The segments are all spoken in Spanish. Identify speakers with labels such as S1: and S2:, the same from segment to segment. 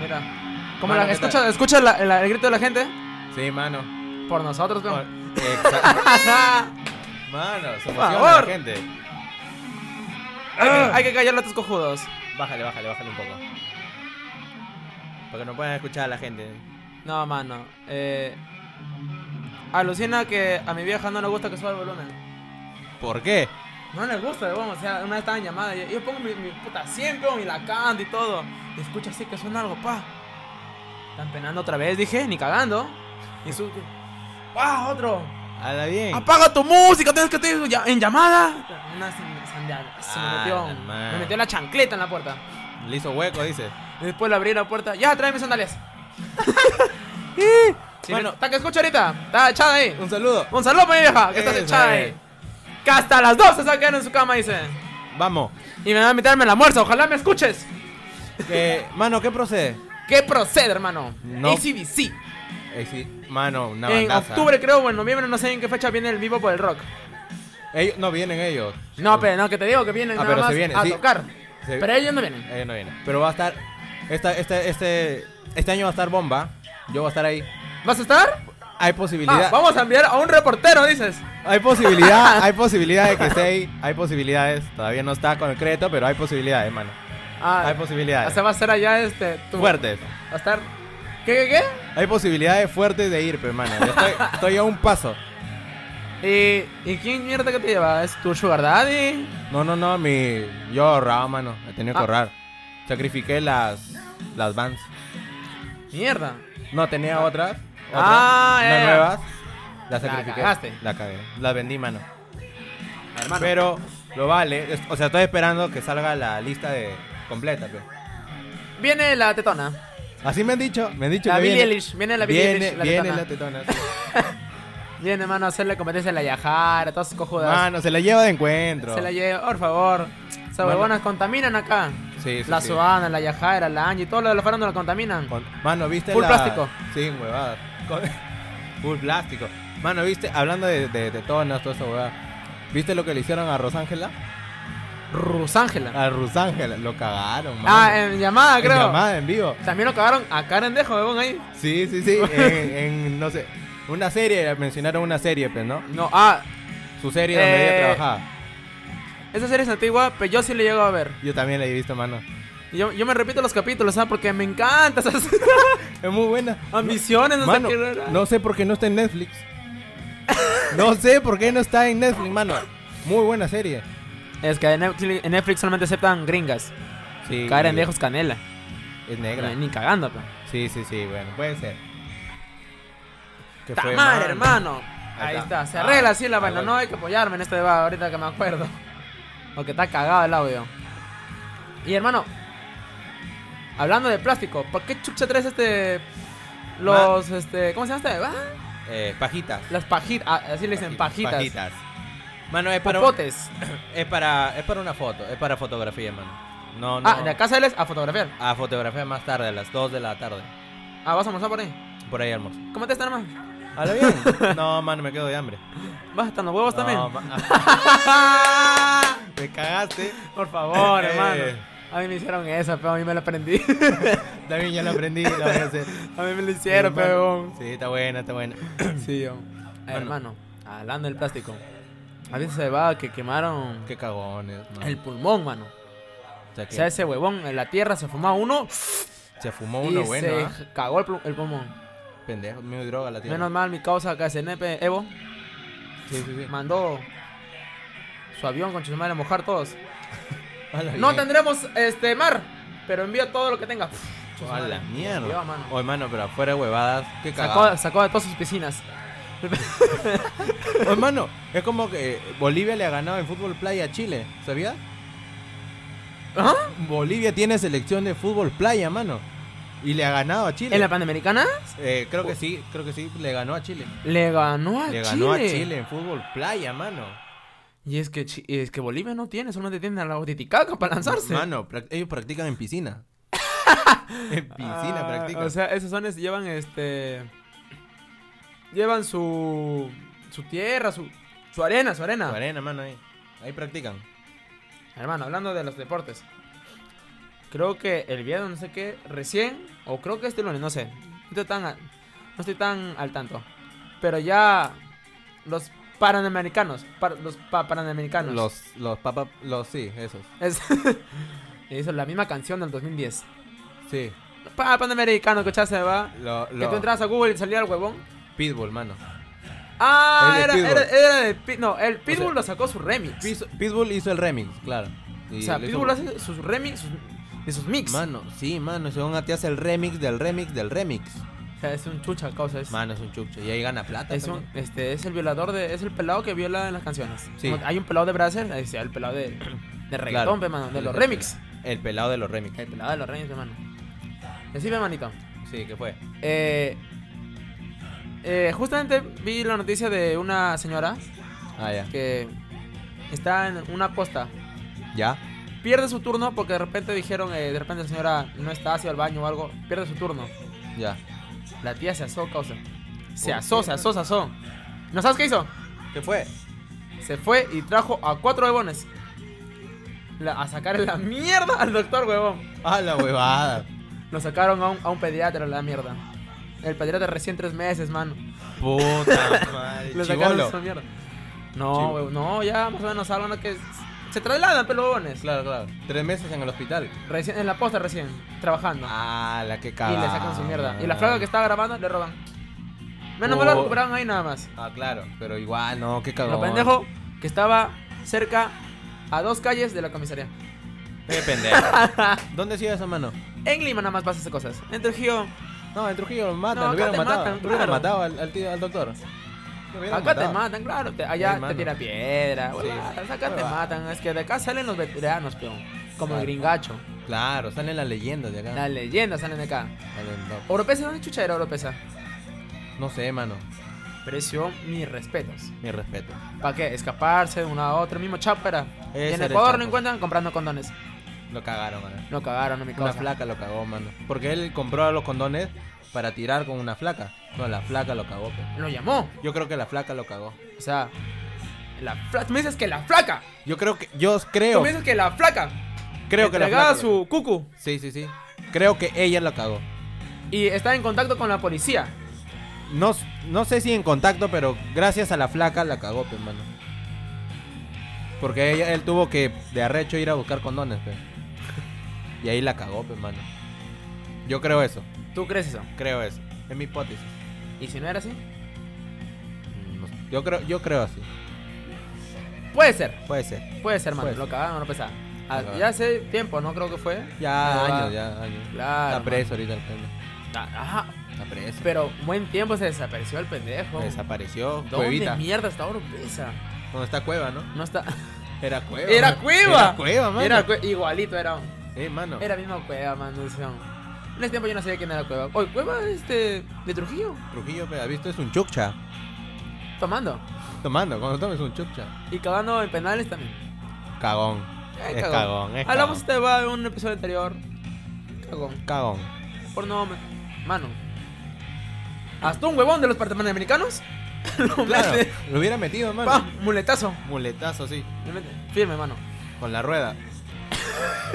S1: Mira.
S2: ¡Uh! Como
S1: Mano,
S2: la,
S1: ¿qué tal?
S2: escucha, escucha la- la- el grito de la gente.
S1: Sí, mano.
S2: Por nosotros,
S1: Por-
S2: weón.
S1: Exacto. mano, se emociona la
S2: favor.
S1: gente. Ah.
S2: Hay que callarlo a tus cojudos.
S1: Bájale, bájale, bájale un poco. Para que no puedan escuchar a la gente.
S2: No, mano. Eh, alucina que a mi vieja no le gusta que suba el volumen.
S1: ¿Por qué?
S2: No le gusta, weón. O sea, una vez estaba en llamada. Yo, yo pongo mi, mi puta siempre, weón, y la canto y todo. Y escucho así que suena algo, pa. Están penando otra vez, dije, ni cagando. Y su. ¡Ah, otro!
S1: Habla bien.
S2: Apaga tu música, tienes que tener ya- en llamada. Una sin- sandeada. Se me
S1: Ah,
S2: metió.
S1: la madre.
S2: Me metió la chancleta en la puerta.
S1: Le hizo hueco, dice.
S2: Y después le abrí la puerta. Ya, trae mis sandalias. sí,
S1: Bueno.
S2: bueno, está que escucha ahorita. Está echada ahí.
S1: Un saludo.
S2: Un saludo, mi vieja, que estás
S1: Esa
S2: echada ahí. Que hasta las 12 se va a quedar en su cama, dice.
S1: Vamos.
S2: Y me va a invitarme el almuerzo. Ojalá me escuches.
S1: Que- mano, ¿qué procede?
S2: ¿Qué procede, hermano?
S1: No.
S2: ACDC.
S1: Eh, sí. Mano, una
S2: en
S1: bandaza.
S2: octubre, creo, o en noviembre, no sé en qué fecha viene el vivo por el rock.
S1: Ellos, no vienen ellos.
S2: No, pero no, que te digo que vienen
S1: Uh. Ah,
S2: nada
S1: pero se
S2: más
S1: viene,
S2: a
S1: sí.
S2: tocar.
S1: Se-
S2: Pero ellos no vienen.
S1: Ellos no vienen. Pero va a estar. Esta, este, este, este año va a estar bomba. Yo voy a estar ahí.
S2: ¿Vas a estar?
S1: Hay
S2: Ah,
S1: posibilidad.
S2: vamos a enviar a un reportero, dices.
S1: Hay posibilidad, hay posibilidad de que esté ahí, hay posibilidades, todavía no está concreto, pero hay posibilidades, mano.
S2: Ah,
S1: Hay posibilidades.
S2: O sea, va a ser allá este. tú.
S1: Fuertes.
S2: Va a estar. ¿Qué, qué,
S1: Hay posibilidades fuertes de ir, pero mano, yo estoy, estoy a un paso.
S2: qué? ¿Y, ¿Y quién mierda que te lleva? ¿Es tu Sugar Daddy?
S1: No, no, no, mi yo ahorraba, mano, he tenido que
S2: Ah.
S1: ahorrar. Sacrifiqué las las vans.
S2: Mierda.
S1: No tenía otras, otras
S2: Ah, ya,
S1: unas
S2: ya.
S1: nuevas. Las
S2: La
S1: sacrifiqué.
S2: cagaste.
S1: La cagué. Las vendí, mano.
S2: Hermano.
S1: Pero lo vale, es- o sea, estoy esperando que salga la lista de completa, pues.
S2: Viene la tetona.
S1: Así me han dicho, me han dicho
S2: La
S1: que
S2: Billie
S1: viene.
S2: Eilish. Viene la Billie
S1: viene,
S2: Eilish. La
S1: viene
S2: tetona.
S1: la tetona.
S2: Viene, hermano, a hacerle competencia a la Yajara, a todas sus cojudas.
S1: Mano, se la lleva de encuentro.
S2: Se la lleva, por favor. Esas
S1: Mano.
S2: huevonas contaminan acá.
S1: Sí, sí,
S2: la
S1: sí.
S2: Suana, la Yajara, la Angie, todos los de la farándula contaminan.
S1: Con- Mano, ¿viste
S2: Full
S1: la-
S2: plástico.
S1: Sí, huevada. Con- Full plástico. Mano, ¿viste? Hablando de, de tetonas, toda esa huevada. ¿Viste lo que le hicieron a Rosángela?
S2: Rusángela.
S1: A Rosángela. Lo cagaron, Ah, mano.
S2: Ah, en llamada,
S1: En
S2: creo.
S1: llamada en vivo.
S2: También lo cagaron a Karen Dejo, huevón, ahí.
S1: Sí, sí, sí. en, en, no sé. Una serie, mencionaron una serie, pues, ¿no?
S2: No, ah,
S1: Su serie donde
S2: Eh.
S1: ella trabajaba.
S2: esa serie es antigua, pero yo sí le llego a ver.
S1: Yo también la he visto, mano.
S2: Y Yo, yo me repito los capítulos, ¿sabes? Porque me encantan esas
S1: Es muy buena.
S2: ambiciones. no sé
S1: Mano,
S2: qué rara.
S1: no sé por qué no está en Netflix. No sé por qué no está en Netflix, mano. Muy buena serie.
S2: Es que en Netflix, en Netflix solamente aceptan gringas.
S1: Sí.
S2: Caer en viejos canela.
S1: Es negra.
S2: Ni cagando, pero.
S1: Sí, sí, sí, bueno, puede ser. ¿Qué
S2: ¡Ta
S1: fue,
S2: madre,
S1: mano?
S2: hermano! Ahí
S1: Ahí
S2: está,
S1: está.
S2: se arregla
S1: Ah,
S2: así la
S1: ahí
S2: vaina.
S1: voy.
S2: No hay que apoyarme en este debate ahorita que me acuerdo. Porque está cagado el audio. Y hermano, hablando de plástico, ¿por qué chucha traes este. Los, este. ¿Cómo se llama este? Ah,
S1: Eh, pajitas.
S2: Las pajitas. ah, así le dicen, pajitas.
S1: Pajitas. Mano, eh, es para,
S2: Popotes.
S1: es para es para una foto, es para fotografía, mano. No, no.
S2: Ah, de acá sales a fotografiar.
S1: A fotografía más tarde, a las 2 de la tarde.
S2: Ah, vas a almorzar por ahí.
S1: Por ahí almuerzo.
S2: ¿Cómo te están, hermano?
S1: ¿Habla bien? No, mano, me quedo de hambre.
S2: ¿Vas hasta los huevos
S1: No,
S2: también?
S1: ma- ah, me cagaste.
S2: Por favor,
S1: Eh.
S2: hermano. A mí me hicieron esa, pero a mí me la aprendí.
S1: También ya lo aprendí, la voy a hacer.
S2: a mí me la hicieron,
S1: Sí, mano.
S2: pero.
S1: Sí, está buena, está buena.
S2: Sí, yo. Eh, hermano, hablando del plástico. A veces se va que quemaron
S1: Qué cagones, mano.
S2: el pulmón, mano.
S1: O sea,
S2: O
S1: que
S2: sea, ese huevón en la tierra se fumaba uno
S1: se fumó
S2: y
S1: uno bueno,
S2: se
S1: ¿ah?
S2: cagó el, pul- el pulmón.
S1: Pendejo, medio droga la tiene.
S2: Menos mal mi causa KSNP, Evo,
S1: Sí, sí, sí.
S2: mandó su avión con su madre a mojar todos.
S1: Hala,
S2: No
S1: bien.
S2: tendremos este mar, pero envío todo lo que tenga. Su
S1: A la
S2: madre. Envió,
S1: mierda.
S2: mano.
S1: Oye, mano, pero afuera de huevadas. Qué
S2: Sacó,
S1: cagada.
S2: sacó de todas sus piscinas.
S1: Oye, mano, Oh, es como que Bolivia le ha ganado en fútbol playa a Chile, ¿sabías?
S2: ¿Ah?
S1: Bolivia tiene selección de fútbol playa, mano. Y le ha ganado a Chile.
S2: En la Panamericana
S1: Eh, creo que sí, creo que sí, le ganó a Chile.
S2: le ganó a Chile.
S1: le ganó a Chile en fútbol playa, mano.
S2: Y es que, Chi- es que Bolivia no tiene, solamente tiene a la Titicaca para lanzarse.
S1: Mano, prac- ellos practican en piscina. en piscina
S2: Ah,
S1: practican.
S2: O sea, esos zones llevan este. Llevan su. Su tierra, su. Su arena, su arena.
S1: Su arena, mano, ahí. Ahí practican.
S2: Hermano, hablando de los deportes. creo que el viernes, no sé qué, recién, o creo que este lunes, no sé. No estoy tan, al- no estoy tan al tanto. Pero ya los panamericanos, par- los pa- panamericanos.
S1: Los, los papas, los, sí, esos.
S2: Es, hizo la misma canción del 2010.
S1: Sí.
S2: Pa, panamericano, escuchaste, va.
S1: Lo,
S2: Que
S1: lo-
S2: tú entrabas a Google y salía el huevón.
S1: Pitbull, mano.
S2: Ah,
S1: Es de
S2: era,
S1: Pitbull.
S2: era, era de Pit- No, el Pitbull
S1: sea,
S2: lo sacó su remix.
S1: Pis- Pitbull hizo el remix, claro. Y
S2: o sea,
S1: le hizo-
S2: Pitbull hace sus remix sus- y sus mix.
S1: Mano, sí, mano, ese don te hace el remix del remix del remix.
S2: O sea, es un chucha causa. Es,
S1: Mano, es un chucho. Y ahí gana plata.
S2: es, un,
S1: Ah, también.
S2: este, es el violador de. Es el pelado que viola en las canciones.
S1: Sí.
S2: Como hay un pelado de Brasil, ahí sea el pelado de, de reggaetón, pe, mano, de los
S1: El-
S2: remix.
S1: El pelado de los remix.
S2: El pelado de los remix, pe, mano. Y Así, pe, manito.
S1: Sí, que fue.
S2: Eh, eh, justamente vi la noticia de una señora
S1: Ah, ya.
S2: que está en una posta.
S1: ¿Ya?
S2: Pierde su turno porque de repente dijeron, eh, de repente la señora no está, hacia el baño o algo. Pierde su turno.
S1: Ya.
S2: La tía se asó, causa. Se
S1: ¿Por
S2: asó,
S1: qué?
S2: se asó, se asó. ¿No sabes qué hizo?
S1: ¿Qué fue?
S2: Se fue y trajo a cuatro huevones. La- a sacar la mierda al doctor, huevón.
S1: Ah, la huevada.
S2: Lo sacaron a un, a un pediatra, la mierda. El pediatra recién tres meses, mano.
S1: Puta madre.
S2: Le sacaron
S1: Chibolo.
S2: esa mierda.
S1: Chivo.
S2: No, huevón, no, ya más o menos algo ¿no? que se trasladan, pero huevones.
S1: Claro, claro. Tres meses en el hospital.
S2: Recién, en la posta recién, trabajando.
S1: Ah, la que
S2: y
S1: cagada.
S2: le sacan su mierda. Y la flaca que estaba grabando le roban. Menos mal
S1: Oh.
S2: lo recuperaron ahí nada más.
S1: Ah, claro. Pero igual, no, qué cagón.
S2: Lo pendejo que estaba cerca a dos calles de la comisaría.
S1: Qué pendejo. ¿Dónde sigue esa mano?
S2: En Lima nada más pasan esas cosas. En Trujillo,
S1: No, en Trujillo lo
S2: No,
S1: matan,
S2: acá
S1: lo hubieran
S2: te
S1: matado.
S2: matan,
S1: lo hubieran
S2: claro.
S1: matado al, al tío- al doctor. Lo hubieran
S2: acá te
S1: matado.
S2: matan, claro. te- allá te
S1: hermano.
S2: tira piedra.
S1: Sí.
S2: huevadas, acá te
S1: Huevadas.
S2: matan. Es que de acá salen los veteranos, peón. Como el
S1: Claro.
S2: gringacho.
S1: Claro, salen las leyendas de acá.
S2: Las leyendas salen de acá.
S1: Salen, no.
S2: Oropesa, ¿dónde chucha era Oropesa?
S1: No sé, mano.
S2: Precio, mis respetos.
S1: Mi respeto.
S2: ¿Para qué? Escaparse de una a otra. Mismo chapera.
S1: Ese
S2: Y en
S1: era el
S2: Ecuador lo
S1: Chapo.
S2: encuentran comprando condones.
S1: Lo cagaron, mano.
S2: No cagaron, no mi
S1: Una
S2: causa.
S1: flaca lo cagó, mano. Porque él compró los condones para tirar con una flaca. No, la flaca lo cagó. pe.
S2: Lo llamó.
S1: Yo creo que la flaca lo cagó.
S2: O sea, la flaca. me dices que la flaca.
S1: Yo creo que. Yo
S2: Tú
S1: creo.
S2: me dices que la flaca.
S1: Creo que la
S2: entregaba
S1: flaca.
S2: su cucu
S1: Sí, sí, sí. Creo que ella lo cagó.
S2: y está en contacto con la policía.
S1: No, s- no sé si en contacto, pero gracias a la flaca la cagó, pe, mano. Porque ella, él tuvo que de arrecho ir a buscar condones, pe. Y ahí la cagó, pe, mano. Yo creo eso,
S2: ¿Tú crees eso?
S1: creo eso. Es mi hipótesis.
S2: ¿Y si no era así?
S1: Mm, no sé. Yo creo, yo creo así.
S2: Puede ser,
S1: Puede ser.
S2: puede ser, mano.
S1: Puede
S2: Lo
S1: ser.
S2: cagaron, no pesaba. Ah,
S1: Lo
S2: ya
S1: cagaron.
S2: hace tiempo, ¿no? Creo que fue.
S1: Ya
S2: Ah,
S1: años, ya años.
S2: Claro.
S1: Está preso ahorita el pendejo.
S2: mano. Ah, Ajá.
S1: Ah, Está preso.
S2: Pero buen tiempo se desapareció el pendejo.
S1: Desapareció.
S2: ¿Dónde
S1: Cuevita.
S2: mierda está Oropesa?
S1: Donde está Cueva, ¿no?
S2: No está.
S1: Era Cueva.
S2: Era
S1: mano.
S2: Cueva.
S1: Era Cueva, mano.
S2: Era cue- igualito, era.
S1: Eh, mano.
S2: Era misma cueva, mano. o sea, En ese tiempo yo no sabía quién era cueva. Oye, cueva este. de Trujillo.
S1: Trujillo, pe, ¿has visto? Es un chucha.
S2: Tomando.
S1: Tomando, cuando tomes un chucha.
S2: Y cagando en penales también.
S1: Cagón.
S2: Ay,
S1: es cagón. es
S2: Hablamos
S1: cagón.
S2: este va en un episodio anterior. Cagón.
S1: Cagón.
S2: Por no, me- mano. Hasta un huevón de los panamericanos. lo
S1: Claro,
S2: mete.
S1: lo hubiera metido, mano.
S2: Pa, muletazo.
S1: Muletazo, sí.
S2: Le mete. Firme, mano.
S1: Con la rueda.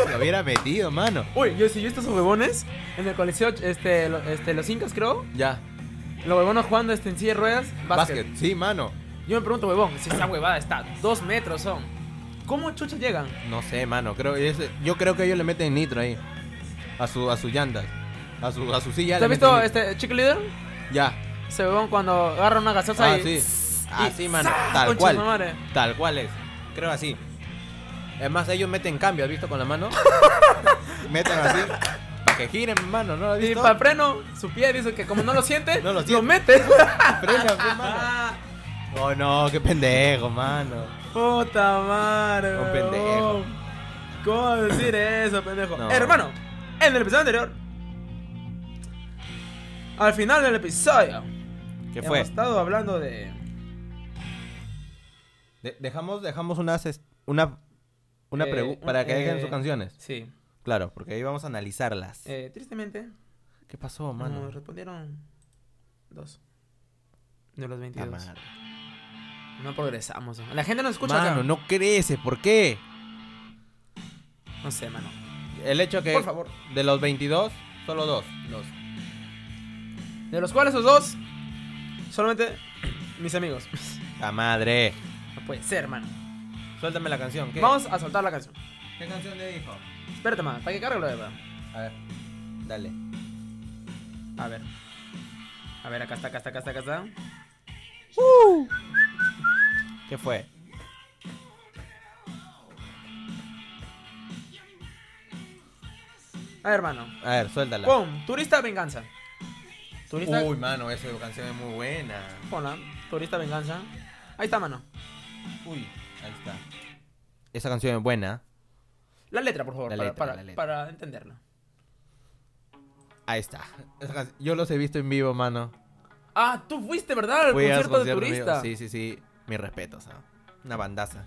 S1: lo hubiera metido, mano.
S2: Uy, yo si yo estos huevones en el coliseo, este, lo- este, los incas creo,
S1: Ya.
S2: los huevones jugando este, en silla de ruedas, básquet.
S1: Básquet. Sí, mano.
S2: Yo me pregunto, huevón, si esa huevada está, dos metros son. ¿Cómo chuchas llegan?
S1: No sé, mano. Creo, ese- yo creo que ellos le meten nitro ahí. A, su, a sus llantas. A su, a su silla.
S2: ¿Te
S1: le
S2: has visto
S1: meten
S2: este chico líder?
S1: nitro. Ya.
S2: Ese huevón cuando agarra una gaseosa
S1: Ah,
S2: y...
S1: sí. Ah,
S2: y
S1: sí, mano.
S2: ¡za!
S1: Tal
S2: Concha
S1: cual.
S2: su madre.
S1: Tal cual es. Creo así. Es más, ellos meten cambio, ¿has visto con la mano? meten así. Para que giren, mano, ¿no lo has
S2: Y
S1: visto?
S2: para freno, su pie dice que como no lo siente,
S1: No lo
S2: lo
S1: siente.
S2: mete. Ah,
S1: Frena, pues, mano. Oh no, qué pendejo, mano.
S2: Puta madre.
S1: Un
S2: weón.
S1: pendejo.
S2: ¿Cómo decir eso, pendejo?
S1: No.
S2: Hermano, en el episodio anterior. Al final del episodio.
S1: ¿Qué
S2: hemos
S1: fue?
S2: estado hablando de.
S1: De- dejamos, dejamos unas es- una, una
S2: Eh,
S1: pregu-
S2: un-
S1: para que dejen
S2: eh,
S1: sus canciones.
S2: Sí.
S1: Claro, porque ahí vamos a analizarlas.
S2: Eh, tristemente,
S1: ¿Qué pasó,
S2: nos
S1: mano?
S2: respondieron. Dos. De los
S1: Ah,
S2: 22.
S1: mano.
S2: no progresamos. ¿no? La gente nos escucha
S1: Mano,
S2: acá.
S1: no crece, ¿por qué?
S2: No sé, mano.
S1: el hecho que
S2: Por favor.
S1: de los 22, solo dos.
S2: Dos. De los cuales esos dos, solamente mis amigos.
S1: La madre.
S2: No puede ser, hermano.
S1: Suéltame la canción. ¿Qué,
S2: Vamos a soltar la canción.
S1: ¿Qué canción le dijo?
S2: Espérate, man, hasta que cargue la verdad.
S1: A ver, dale.
S2: A ver. A ver, acá está, acá está, acá está, acá está.
S1: ¿Qué fue?
S2: A ver, hermano.
S1: A ver, suéltala.
S2: Pum, turista venganza. Turista.
S1: Uy, mano, esa canción es muy buena.
S2: Ponla. Turista venganza. Ahí está, mano.
S1: Uy, ahí está. Esa canción es buena.
S2: La letra, por favor,
S1: La
S2: para,
S1: letra,
S2: para-
S1: la letra.
S2: para entenderla.
S1: Ahí está. Esa can- Yo los he visto en vivo, mano.
S2: Ah, tú fuiste, ¿verdad? Al
S1: Fui a su
S2: concierto de
S1: concierto en vivo.
S2: turista.
S1: Sí, sí, sí. Mi respeto, o sea. Una bandaza.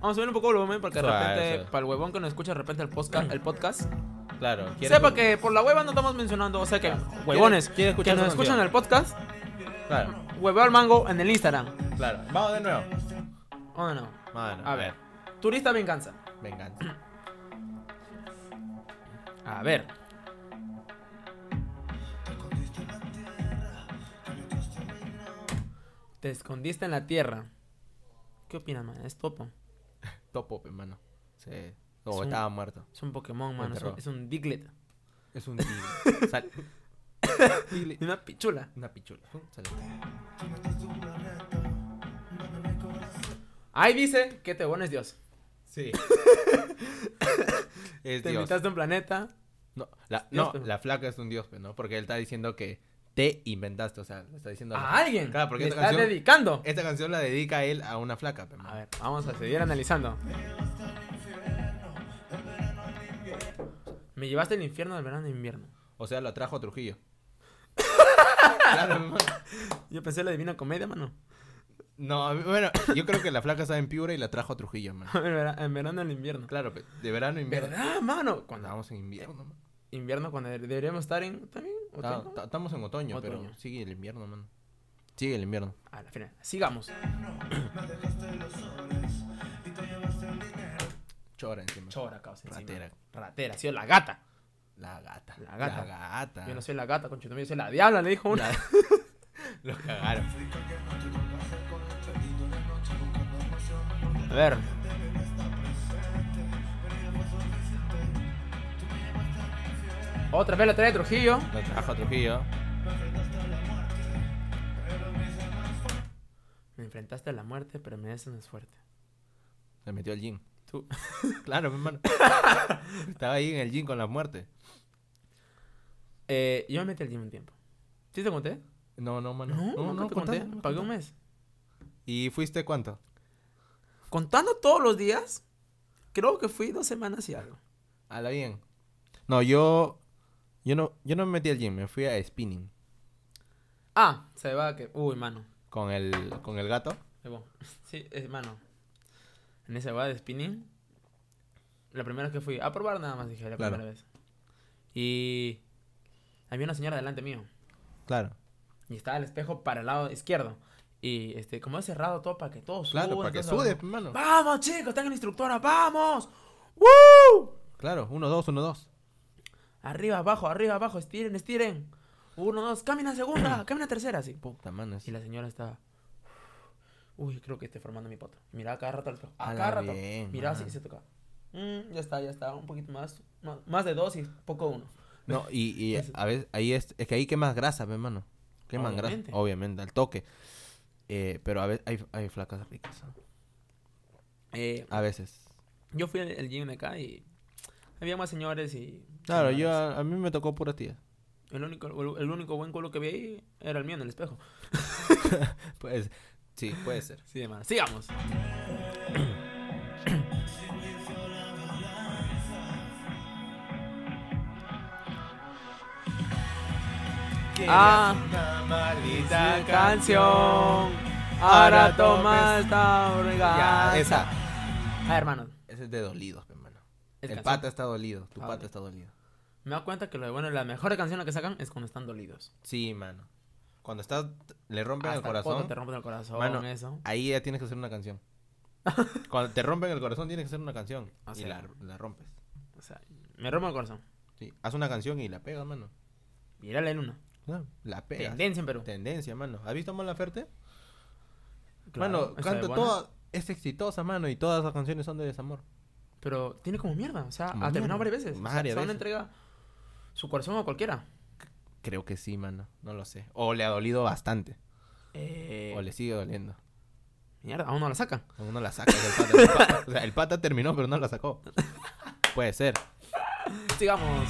S2: Vamos a subir un poco el volumen porque de
S1: Suave,
S2: repente,
S1: suave.
S2: para el huevón que nos escucha de repente el podcast, el podcast
S1: Claro.
S2: sepa que por la hueva no estamos mencionando, o sea que, huevones,
S1: quiere escuchar
S2: que nos
S1: su
S2: escuchan
S1: canción?
S2: el podcast,
S1: Claro,
S2: hueveo al mango en el Instagram.
S1: claro. Vamos de nuevo.
S2: Oh, no.
S1: Mano,
S2: A ver. Turista venganza.
S1: Venganza.
S2: A ver. Te escondiste en la tierra. ¿Qué opinas, man? Es topo.
S1: Topo, hermano. Sí. O
S2: Es un-
S1: estaba muerto.
S2: Es un Pokémon, man. Es un,
S1: terror.
S2: es un Diglett.
S1: Es un Sal.
S2: Y Una pichula.
S1: Una pichula.
S2: Ahí dice que te bueno es Dios.
S1: Sí. es
S2: Te
S1: Dios.
S2: invitaste a un planeta.
S1: No, la,
S2: Dios,
S1: no,
S2: pero-
S1: la flaca es un dios, pero no, porque él está diciendo que te inventaste, o sea, le está diciendo...
S2: A alguien.
S1: Claro, porque
S2: Le
S1: esta
S2: estás
S1: canción-
S2: dedicando.
S1: Esta canción la dedica él a una flaca, pero
S2: A ver, vamos a seguir analizando. Me llevaste al infierno del verano e invierno.
S1: O sea, lo trajo a Trujillo. claro, hermano.
S2: Yo pensé la divina comedia, mano.
S1: No, a mí- bueno, yo creo que la flaca estaba en Piura y la trajo a Trujillo, hermano.
S2: En vera- en verano al invierno.
S1: Claro, pe- de verano a invierno.
S2: ¿Verdad, mano?
S1: Cuando
S2: Cuando
S1: vamos en invierno, man.
S2: invierno, cuando de- deberíamos estar en. ¿También?
S1: Ta-
S2: ¿Otoño?
S1: ta- Estamos en otoño, pero
S2: Otoño.
S1: sigue el invierno, man. Sigue el invierno.
S2: A la final. Sigamos.
S1: Chora encima.
S2: Chora, causa. encima.
S1: Ratera.
S2: Ratera, ha sido la gata.
S1: La gata.
S2: La gata.
S1: La gata.
S2: Yo no soy la gata, conchito mío, yo soy la diabla, le dijo una.
S1: La- Los cagaron.
S2: A ver. Otra vez la trae Trujillo.
S1: Lo trajo a Trujillo.
S2: Me enfrentaste a la muerte, pero me eso no es fuerte.
S1: Se metió al gym.
S2: Tú.
S1: Claro, mi hermano. Estaba ahí en el gym con la muerte.
S2: Eh, yo me metí al gym un tiempo. ¿Sí te conté?
S1: No, no, mano.
S2: nunca te conté.
S1: contaste, no me
S2: Pagué un
S1: contaste.
S2: mes.
S1: ¿Y fuiste cuánto?
S2: Contando todos los días, creo que fui dos semanas y algo.
S1: A la bien. No, yo. Yo no, yo no me metí al gym, me fui a spinning.
S2: Ah, se va que. Uy, mano.
S1: Con el, con el gato.
S2: Ahí voy. Sí, hermano. En esa va de spinning. La primera vez que fui a probar nada más, dije, la
S1: Claro.
S2: primera vez. Y había una señora delante mío.
S1: Claro.
S2: Y estaba el espejo para el lado izquierdo. Y este, como es cerrado todo para que todos
S1: Claro, para que sude, hermano.
S2: ¡Vamos, chicos! ¡Están en la instructora! ¡Vamos! ¡Woo!
S1: Claro, uno, dos, uno, dos.
S2: Arriba, abajo, arriba, abajo, estiren, estiren. Uno, dos, camina segunda, camina tercera, así. pum.
S1: Puta mano. es-
S2: Y la señora estaba. Uy, creo que estoy formando mi poto. Y miraba cada rato al espejo.
S1: A
S2: A
S1: la
S2: cada rato.
S1: bien,
S2: miraba así
S1: man.
S2: y se tocaba. Mm, ya está, ya está. Un poquito más. Más, más de dos y poco uno.
S1: No, y, y a veces ahí es, es que ahí quemas grasa, pe, hermano. Queman grasa.
S2: Obviamente.
S1: Obviamente, al toque. Eh, pero a veces hay, hay flacas ricas. ¿ah?
S2: Eh,
S1: A veces.
S2: yo fui al, al gym de acá y había más señores y.
S1: Claro, yo
S2: señoras.
S1: a, a mí me tocó pura tía.
S2: El único, el, el único buen culo que vi ahí era el mío en el espejo.
S1: Pues, sí, puede ser.
S2: Sí, hermano. Sigamos. Ah.
S1: una
S2: La
S1: maldita
S2: canción.
S1: Ahora
S2: Ahora toma
S1: tomes-
S2: esta
S1: Ya,
S2: organza.
S1: esa.
S2: A ver, hermano.
S1: Ese es de dolidos, pe, hermano.
S2: es
S1: El
S2: canción.
S1: pata está dolido, tu
S2: Ah,
S1: pata
S2: ok.
S1: está dolido.
S2: Me doy cuenta que lo de bueno, la mejor canción que sacan es cuando están dolidos.
S1: Sí, mano. Cuando estás, le rompen el
S2: Hasta cuando
S1: corazón,
S2: te rompen el corazón,
S1: Mano,
S2: eso.
S1: ahí ya tienes que hacer una canción. Cuando te rompen el corazón, tienes que hacer una canción.
S2: Ah,
S1: y
S2: sí.
S1: la, la rompes.
S2: O sea, me rompo el corazón.
S1: Sí, haz una canción y la pegas, mano.
S2: Mírala en una.
S1: No, la pegas.
S2: Tendencia en Perú.
S1: Tendencia, mano. ¿Has visto Mon Laferte?
S2: Claro,
S1: mano,
S2: esa de
S1: canta
S2: Buana.
S1: toda... Es exitosa, mano, y todas las canciones son de desamor.
S2: Pero tiene como mierda. O sea,
S1: Como
S2: ha terminado
S1: mierda.
S2: varias veces. O sea,
S1: Varias
S2: se van a
S1: veces.
S2: entrega su corazón a cualquiera.
S1: Creo que sí, mano. No lo sé. O le ha dolido bastante.
S2: Eh,
S1: O le sigue doliendo.
S2: Mierda, aún no la sacan.
S1: Aún no la saca. El pata, el pata- o sea, el pata terminó, pero no la sacó. Puede ser.
S2: Sigamos.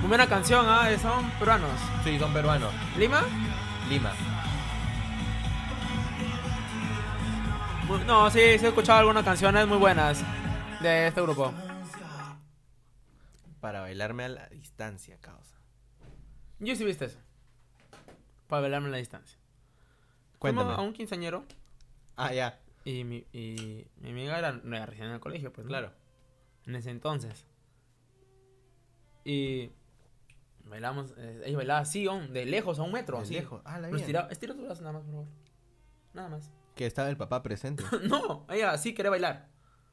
S2: Muy buena canción, ¿ah? Eh, Son peruanos.
S1: Sí, son peruanos.
S2: ¿Lima?
S1: Lima.
S2: Muy- No, sí, sí he escuchado algunas canciones muy buenas de este grupo.
S1: Para bailarme a la distancia, causa.
S2: Yo sí viste eso. Para velarme la distancia. Fuimos
S1: Cuéntame.
S2: a un quinceañero
S1: Ah, ya.
S2: y mi, y mi amiga era, no era recién en el colegio, pues. ¿no?
S1: Claro.
S2: En ese entonces. Y bailamos, eh, ella bailaba así, on, de lejos, a un metro, así.
S1: Lejos. Ah, la
S2: Nos
S1: bien.
S2: tiraba, estira tu brazo nada más, por favor. Nada más.
S1: Que estaba el papá presente.
S2: no, ella así quería bailar.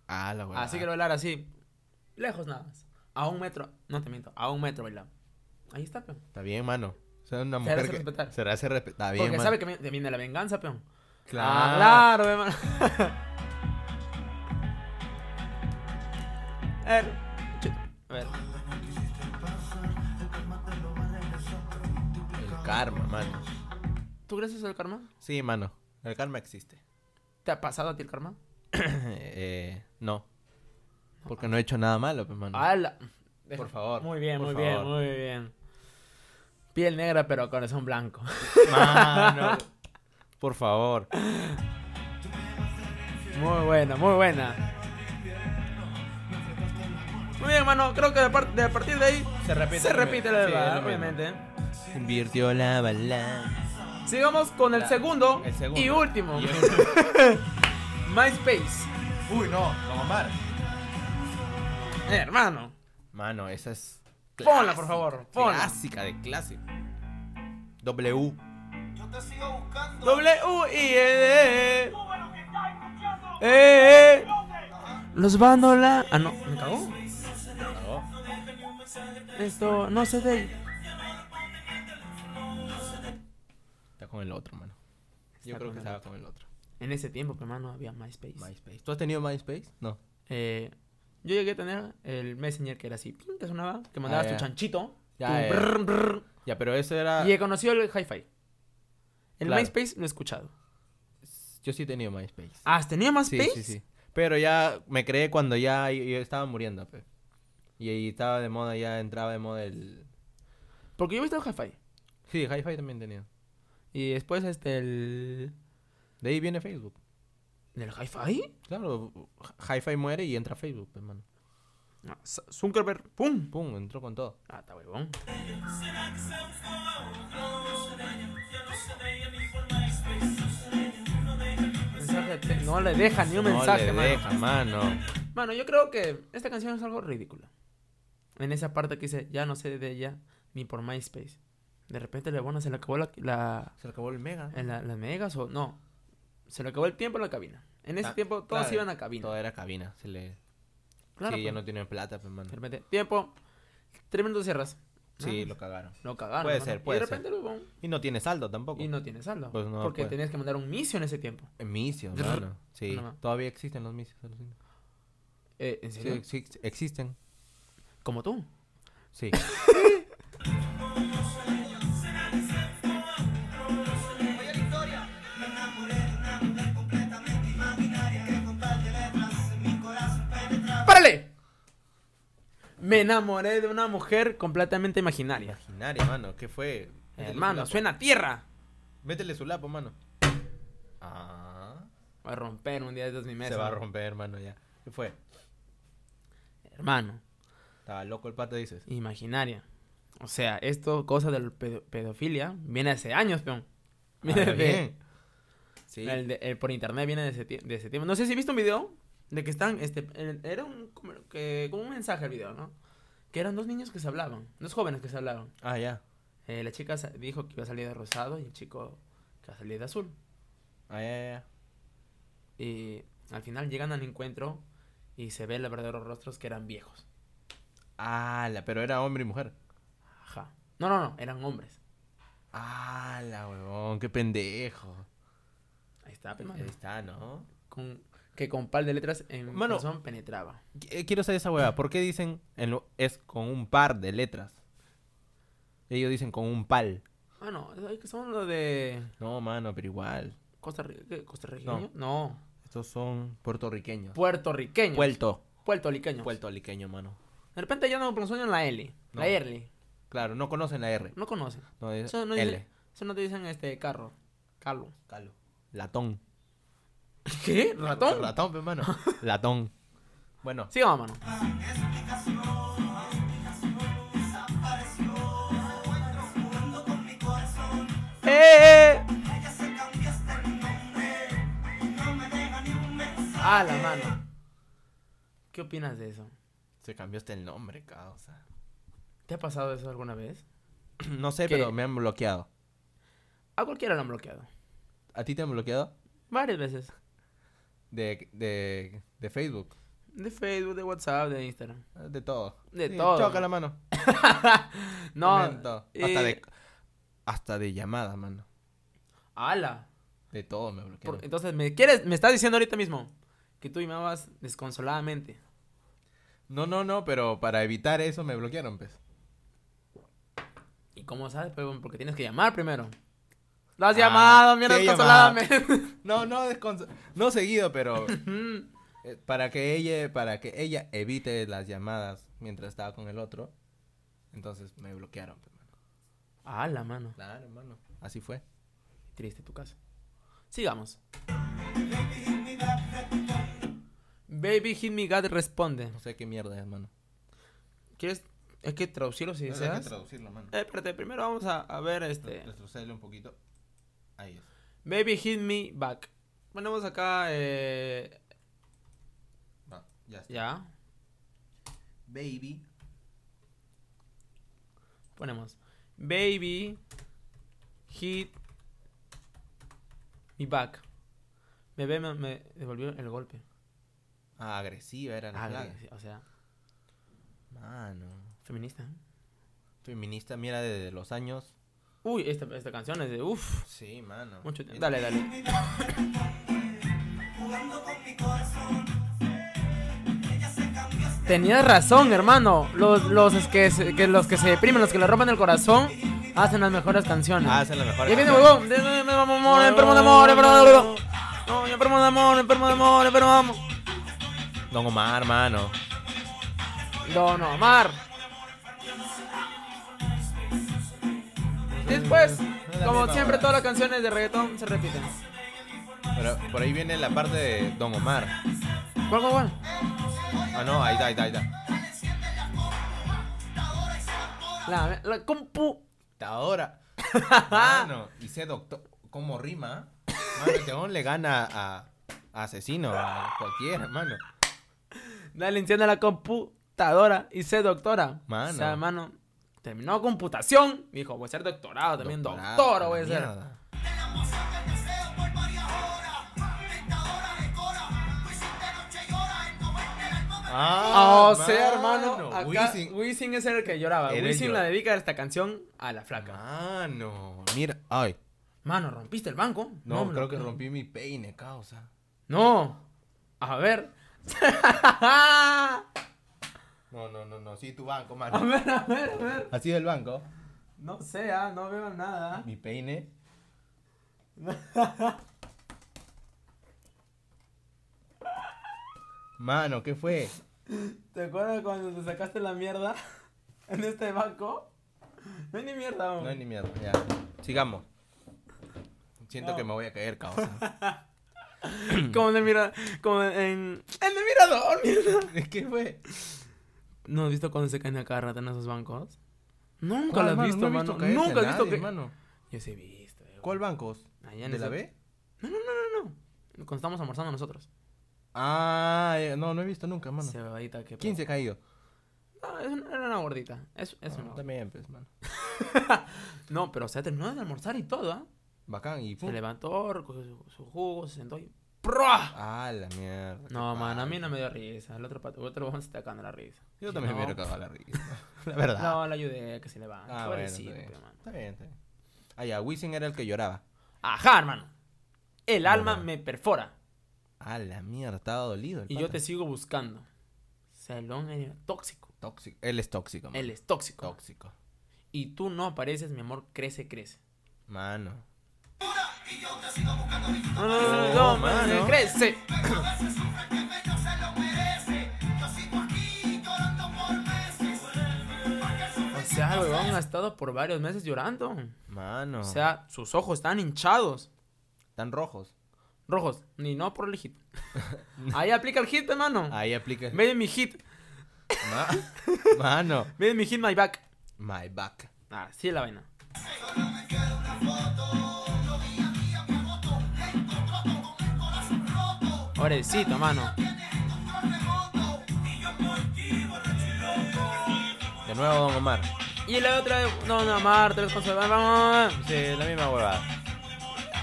S1: Ah, la huevada.
S2: Así quería bailar, así. Lejos nada más. A un metro, no te miento, a un metro bailaba. Ahí está, peón.
S1: Está bien, mano. O sea, una
S2: Se
S1: mujer
S2: hace
S1: que...
S2: respetar.
S1: Se hace respetar. Está bien,
S2: Porque
S1: mano.
S2: sabe que vi- viene la venganza, peón.
S1: Claro.
S2: Ah, claro, hermano. a ver. chu- A ver.
S1: El karma, mano.
S2: ¿Tú crees eso del karma?
S1: Sí, mano. El karma existe.
S2: ¿Te ha pasado a ti el karma?
S1: Mm. eh, no. Porque no he hecho nada malo, pues, mano.
S2: ¡Hala!
S1: Por favor,
S2: Muy bien,
S1: por
S2: muy bien,
S1: favor.
S2: muy bien. Piel negra pero corazón blanco.
S1: Mano. Por favor.
S2: Muy buena, muy buena. Muy bien, hermano. Creo que de, par- de a partir de ahí
S1: Se repite.
S2: se repite la
S1: Sí,
S2: verdad,
S1: es lo mismo.
S2: obviamente.
S1: Invirtió la balanza.
S2: Sigamos con el,
S1: La-
S2: segundo
S1: el segundo.
S2: y último. MySpace.
S1: Uy, no. Don Omar.
S2: Eh, hermano.
S1: Mano, esa es.
S2: Ponla, por favor, ponla.
S1: Clásica de clase. W.
S2: W-I-N. Eh, eh. Los bandola. Ah, no, me cagó.
S1: Cagó.
S2: Esto no se dé.
S1: Está con el otro, mano. Yo
S2: Está
S1: creo
S2: con
S1: que
S2: el
S1: estaba con el otro.
S2: En ese tiempo, pero hermano, había MySpace.
S1: MySpace. ¿Tú has tenido MySpace? No.
S2: Eh, yo llegué a tener el Messenger que era así, ping, que sonaba, que mandabas
S1: Ah, ya.
S2: tu chanchito.
S1: Ya,
S2: tu
S1: ya.
S2: brr, brr,
S1: Ya, pero ese era.
S2: y he conocido el Hi-Fi. El
S1: Claro.
S2: MySpace lo he escuchado. Ah,
S1: Yo sí he tenido MySpace.
S2: ¿Has tenido
S1: Sí,
S2: MySpace?
S1: sí, sí. Pero ya me creé cuando ya yo yo estaba muriendo, pe. Y ahí estaba de moda, ya entraba de moda el...
S2: Porque yo he visto el Hi-Fi.
S1: Sí, Hi-Fi también tenía.
S2: Y después, este, el.
S1: De ahí viene Facebook.
S2: ¿Del Hi-Fi?
S1: Claro, Hi- Hi-Fi muere y entra Facebook, pe, hermano.
S2: No, Z- Ah, Zuckerberg, ¡pum!
S1: Pum, entró con todo.
S2: Ah, está huevón. Mensaje de te- No le deja ni un mensaje,
S1: no
S2: mano.
S1: le deja, mano.
S2: Mano, yo creo que esta canción es algo ridícula. En esa parte que dice, ya no sé de ella ni por MySpace. De repente la buena se le acabó la, la,
S1: Se acabó el mega.
S2: en la- las megas o no. Se le acabó el tiempo en la cabina. En ese
S1: Ah,
S2: tiempo todos
S1: claro,
S2: iban a cabina.
S1: Todo era cabina. Se le...
S2: claro.
S1: sí, ya
S2: pues.
S1: no tienen plata, pe, mano.
S2: De repente, tiempo, tres minutos cierras.
S1: Sí,
S2: Ah,
S1: lo cagaron.
S2: lo cagaron.
S1: Puede
S2: mano.
S1: ser, puede
S2: Y de
S1: ser.
S2: repente lo boom,
S1: Y no tiene saldo tampoco.
S2: y no tienes saldo.
S1: Pues no,
S2: porque
S1: pues.
S2: tenías que mandar un misio en ese tiempo.
S1: Misios,
S2: Drrr.
S1: mano. Sí,
S2: No, no.
S1: todavía existen los misios. alucina.
S2: Eh, ¿En
S1: Sí,
S2: serio?
S1: exi- existen.
S2: Como tú.
S1: Sí.
S2: ¡Párale! Me enamoré de una mujer completamente imaginaria.
S1: Imaginaria, mano. ¿Qué fue? Métele
S2: Hermano,
S1: su lapo.
S2: suena a tierra.
S1: Métele su lapo, mano. Ah.
S2: Va a romper un día de estos mi mesa.
S1: Se va a romper, hermano, ya. ¿Qué fue?
S2: Hermano,
S1: Estaba loco el pato, dices.
S2: imaginaria. O sea, esto, cosa de pedofilia, viene hace años, peón. Viene
S1: Ah,
S2: de-
S1: bien. Sí.
S2: el de- el por internet viene de ese, tie- de ese tiempo. No sé si viste un video de que están, este, eh, era un, como, que, como un mensaje el video, ¿no? Que eran dos niños que se hablaban, dos jóvenes que se hablaban.
S1: Ah, ya.
S2: Eh, la chica sa- dijo que iba a salir de rosado y el chico que iba a salir de azul.
S1: Ah, ya, ya,
S2: Y al final llegan al encuentro y se ven los verdaderos rostros que eran viejos.
S1: ya. Ala, pero era hombre y mujer.
S2: Ajá. No, no, no, eran hombres.
S1: Ala, huevón, qué pendejo.
S2: Ahí está, pe,
S1: Ahí
S2: mano.
S1: está, ¿no?
S2: Con, que con par de letras en
S1: Mano.
S2: corazón penetraba.
S1: Qu- eh, Quiero saber esa hueá. ¿Por qué dicen en lo- es con un par de letras? Ellos dicen con un pal.
S2: Bueno, es que son los de
S1: No, mano, pero igual.
S2: Costa Rica. ¿Costa No. no.
S1: Estos son puertorriqueños.
S2: Puertorriqueños.
S1: Puerto.
S2: Puertorriqueños.
S1: Puertorriqueño, mano.
S2: De repente ya no Eh, pronuncian la L.
S1: No.
S2: La R.
S1: Claro, no conocen la R.
S2: No conocen.
S1: No, es
S2: Eso no,
S1: L.
S2: dice- eso no te dicen este carro. Carlo.
S1: Calo. Latón.
S2: ¿Qué? ¿Ratón?
S1: Ratón, pe, mano. Latón. Bueno,
S2: Sí, vamos, mano. ¡Eh!
S3: este
S2: ¡Ah, la mano! ¿Qué opinas de eso?
S1: se cambió hasta el nombre, causa.
S2: ¿Te ha pasado eso alguna vez?
S1: No sé,
S2: ¿Qué?
S1: pero me han bloqueado.
S2: A cualquiera lo han bloqueado.
S1: ¿A ti te han bloqueado?
S2: Varias veces.
S1: De, de, de Facebook.
S2: De Facebook, de WhatsApp, de Instagram.
S1: De todo.
S2: De todo.
S1: Choca la mano.
S2: No.
S1: Mento.
S2: eh,
S1: Hasta de. Hasta de llamada, mano.
S2: ¡Hala!
S1: De todo me
S2: Por-
S1: bloquearon.
S2: entonces, ¿me quieres? Me estás diciendo ahorita mismo que tú llamabas desconsoladamente.
S1: No, no, no, pero para evitar eso me bloquearon, pues.
S2: ¿Y cómo sabes? Pues, bueno, porque tienes que llamar primero. Lo has
S1: Ah,
S2: llamado, mierda,
S1: sí he
S2: desconsoladamente.
S1: No, no, descons- no seguido, pero
S2: Mm.
S1: eh, para que ella, para que ella evite las llamadas mientras estaba con el otro, entonces me bloquearon, pues, mano.
S2: ¡Hala, mano!
S1: Claro, hermano. Así fue.
S2: Triste tu caso. Sigamos. Baby Hit Me God responde.
S1: No sé qué mierda es, hermano.
S2: ¿Quieres? Es que traducirlo si
S1: Hay que
S2: deseas. Eh,
S1: traducirlo, hermano.
S2: espérate, primero vamos a, a ver este.
S1: Retrocédele un poquito. Ahí es.
S2: Baby Hit Me Back. Ponemos acá, eh.
S1: Va, ya está.
S2: Ya.
S1: Baby.
S2: Ponemos Baby Hit Me Back. Bebé me, me devolvió el golpe.
S1: Ah, agresiva era la
S2: Ah,
S1: flaca.
S2: sí, o sea,
S1: Mano.
S2: feminista. ¿eh?
S1: Feminista, mira, desde los años.
S2: Uy, esta, esta canción es de uff.
S1: Sí, mano.
S2: Mucho tiempo. Dale, dale. Tenías razón, hermano. Los, los es que, se- que los que se deprimen, los que le rompen el corazón, hacen las mejores canciones.
S1: Ah, esa es la mejor.
S2: Ya viene,
S1: canción.
S2: huevón. De- de- de- vamos, amor, Enfermo de amor, enfermo de amor. No, enfermo de amor, enfermo de amor, enfermo de amor.
S1: Don Omar, mano.
S2: Don Omar. Después,
S1: la
S2: pues, como
S1: misma
S2: siempre,
S1: hora.
S2: todas las canciones de reggaetón se repiten.
S1: Pero por ahí viene la parte de Don Omar.
S2: ¿Cuál, cuál, cuál?
S1: Ah, no, ahí está, ahí está, ahí está.
S2: La, la compu.
S1: Hasta ahora. Mano, y sé doctor. ¿Cómo rima? ah? Mano, este don le gana a, a asesino, a cualquiera, mano.
S2: Dale, enciende la computadora y sé doctora.
S1: Mano.
S2: O sea, mano, terminó computación. Dijo, voy a ser doctorado también,
S1: Doctorado,
S2: doctora voy a
S1: la
S2: ser.
S1: mierda. Ah,
S3: pues
S2: Ah, o sea, hermano, acá Wisin.
S1: Wisin.
S2: es el que lloraba.
S1: Eres
S2: Wisin
S1: yo.
S2: la dedica esta canción a la flaca.
S1: Mano, mira, ay.
S2: Mano, ¿rompiste el banco?
S1: No,
S2: me lo
S1: creo que
S2: creo.
S1: rompí mi peine, causa.
S2: No. A ver.
S1: No, no, no, no, sí, tu banco,
S2: A
S1: mano.
S2: ver, a ver, a ver.
S1: Ah, ¿Así del banco?
S2: No sé, ah, no veo nada.
S1: Mi peine. Mano, ¿qué fue?
S2: ¿Te acuerdas cuando te sacaste la mierda en este banco? No hay ni mierda,
S1: No
S2: hombre.
S1: hay ni miedo, ya. Sigamos. Siento que me voy a caer, causa.
S2: Como en el mirador. Como en. En el mirador, mierda.
S1: ¿Qué fue?
S2: ¿No has visto cuando se caen a cada rato en esos bancos? Nunca
S1: ¿Cuál,
S2: lo has
S1: mano?
S2: visto,
S1: Ah, No he
S2: mano.
S1: visto caerse
S2: Nunca
S1: a
S2: has visto
S1: nadie,
S2: que.
S1: mano.
S2: Yo sí he visto. eh,
S1: ¿Cuál bancos?
S2: Allá en
S1: ¿De la
S2: esa-
S1: B?
S2: No, no, no, no, no. Cuando estamos almorzando nosotros.
S1: Ah, eh, no, no he visto nunca, mano.
S2: Cebadita que.
S1: ¿Quién se ha caído?
S2: No, No, es una, era una gordita. Es, es
S1: Ah,
S2: una gorda.
S1: También, pues, mano.
S2: No, pero se ha terminado de almorzar y todo, ¿ah?
S1: Bacán y
S2: Se
S1: pum.
S2: levantó, recogió su, su jugo, se sentó y. ¡Prua!
S1: Ah, la mierda. qué
S2: No, man, a mí
S1: paja.
S2: no me dio risa. El otro pato, el otro se está cagando la risa.
S1: Yo
S2: Sí,
S1: también
S2: no.
S1: me hubiera cagado la risa. La verdad.
S2: No, la ayudé a que se levante.
S1: ah, bueno, está
S2: Pobrecito,
S1: bien.
S2: pe, mano.
S1: Está bien, está bien. Ah, ya, Wisin era el que lloraba.
S2: Ajá, hermano. El alma
S1: Bueno.
S2: me perfora.
S1: Ah, la mierda, estaba dolido. El
S2: Y yo
S1: pata.
S2: te sigo buscando. Salón era tóxico.
S1: Tóxico. Él es tóxico, mano.
S2: Él es tóxico.
S1: Tóxico.
S2: Y tú no apareces, mi amor, crece, crece.
S1: Mano.
S2: No, no, no,
S1: no,
S2: no, mano,
S1: mano.
S2: crece. O sea, el huevón ha estado por varios meses llorando.
S1: Mano.
S2: O sea, sus ojos están hinchados.
S1: Tan rojos.
S2: Rojos. Ni no por el hit. Ahí aplica el hit, hermano.
S1: Ahí aplica.
S2: Ve mi hit.
S1: Ma- Mano.
S2: Ve mi hit, my back.
S1: My back.
S2: Ah, sí la vaina. Pobrecito, mano.
S1: De nuevo, Don Omar.
S2: Y la otra, no, no, Marta, otra vez con su- vamos, vamos, vamos.
S1: Sí, la misma huevada.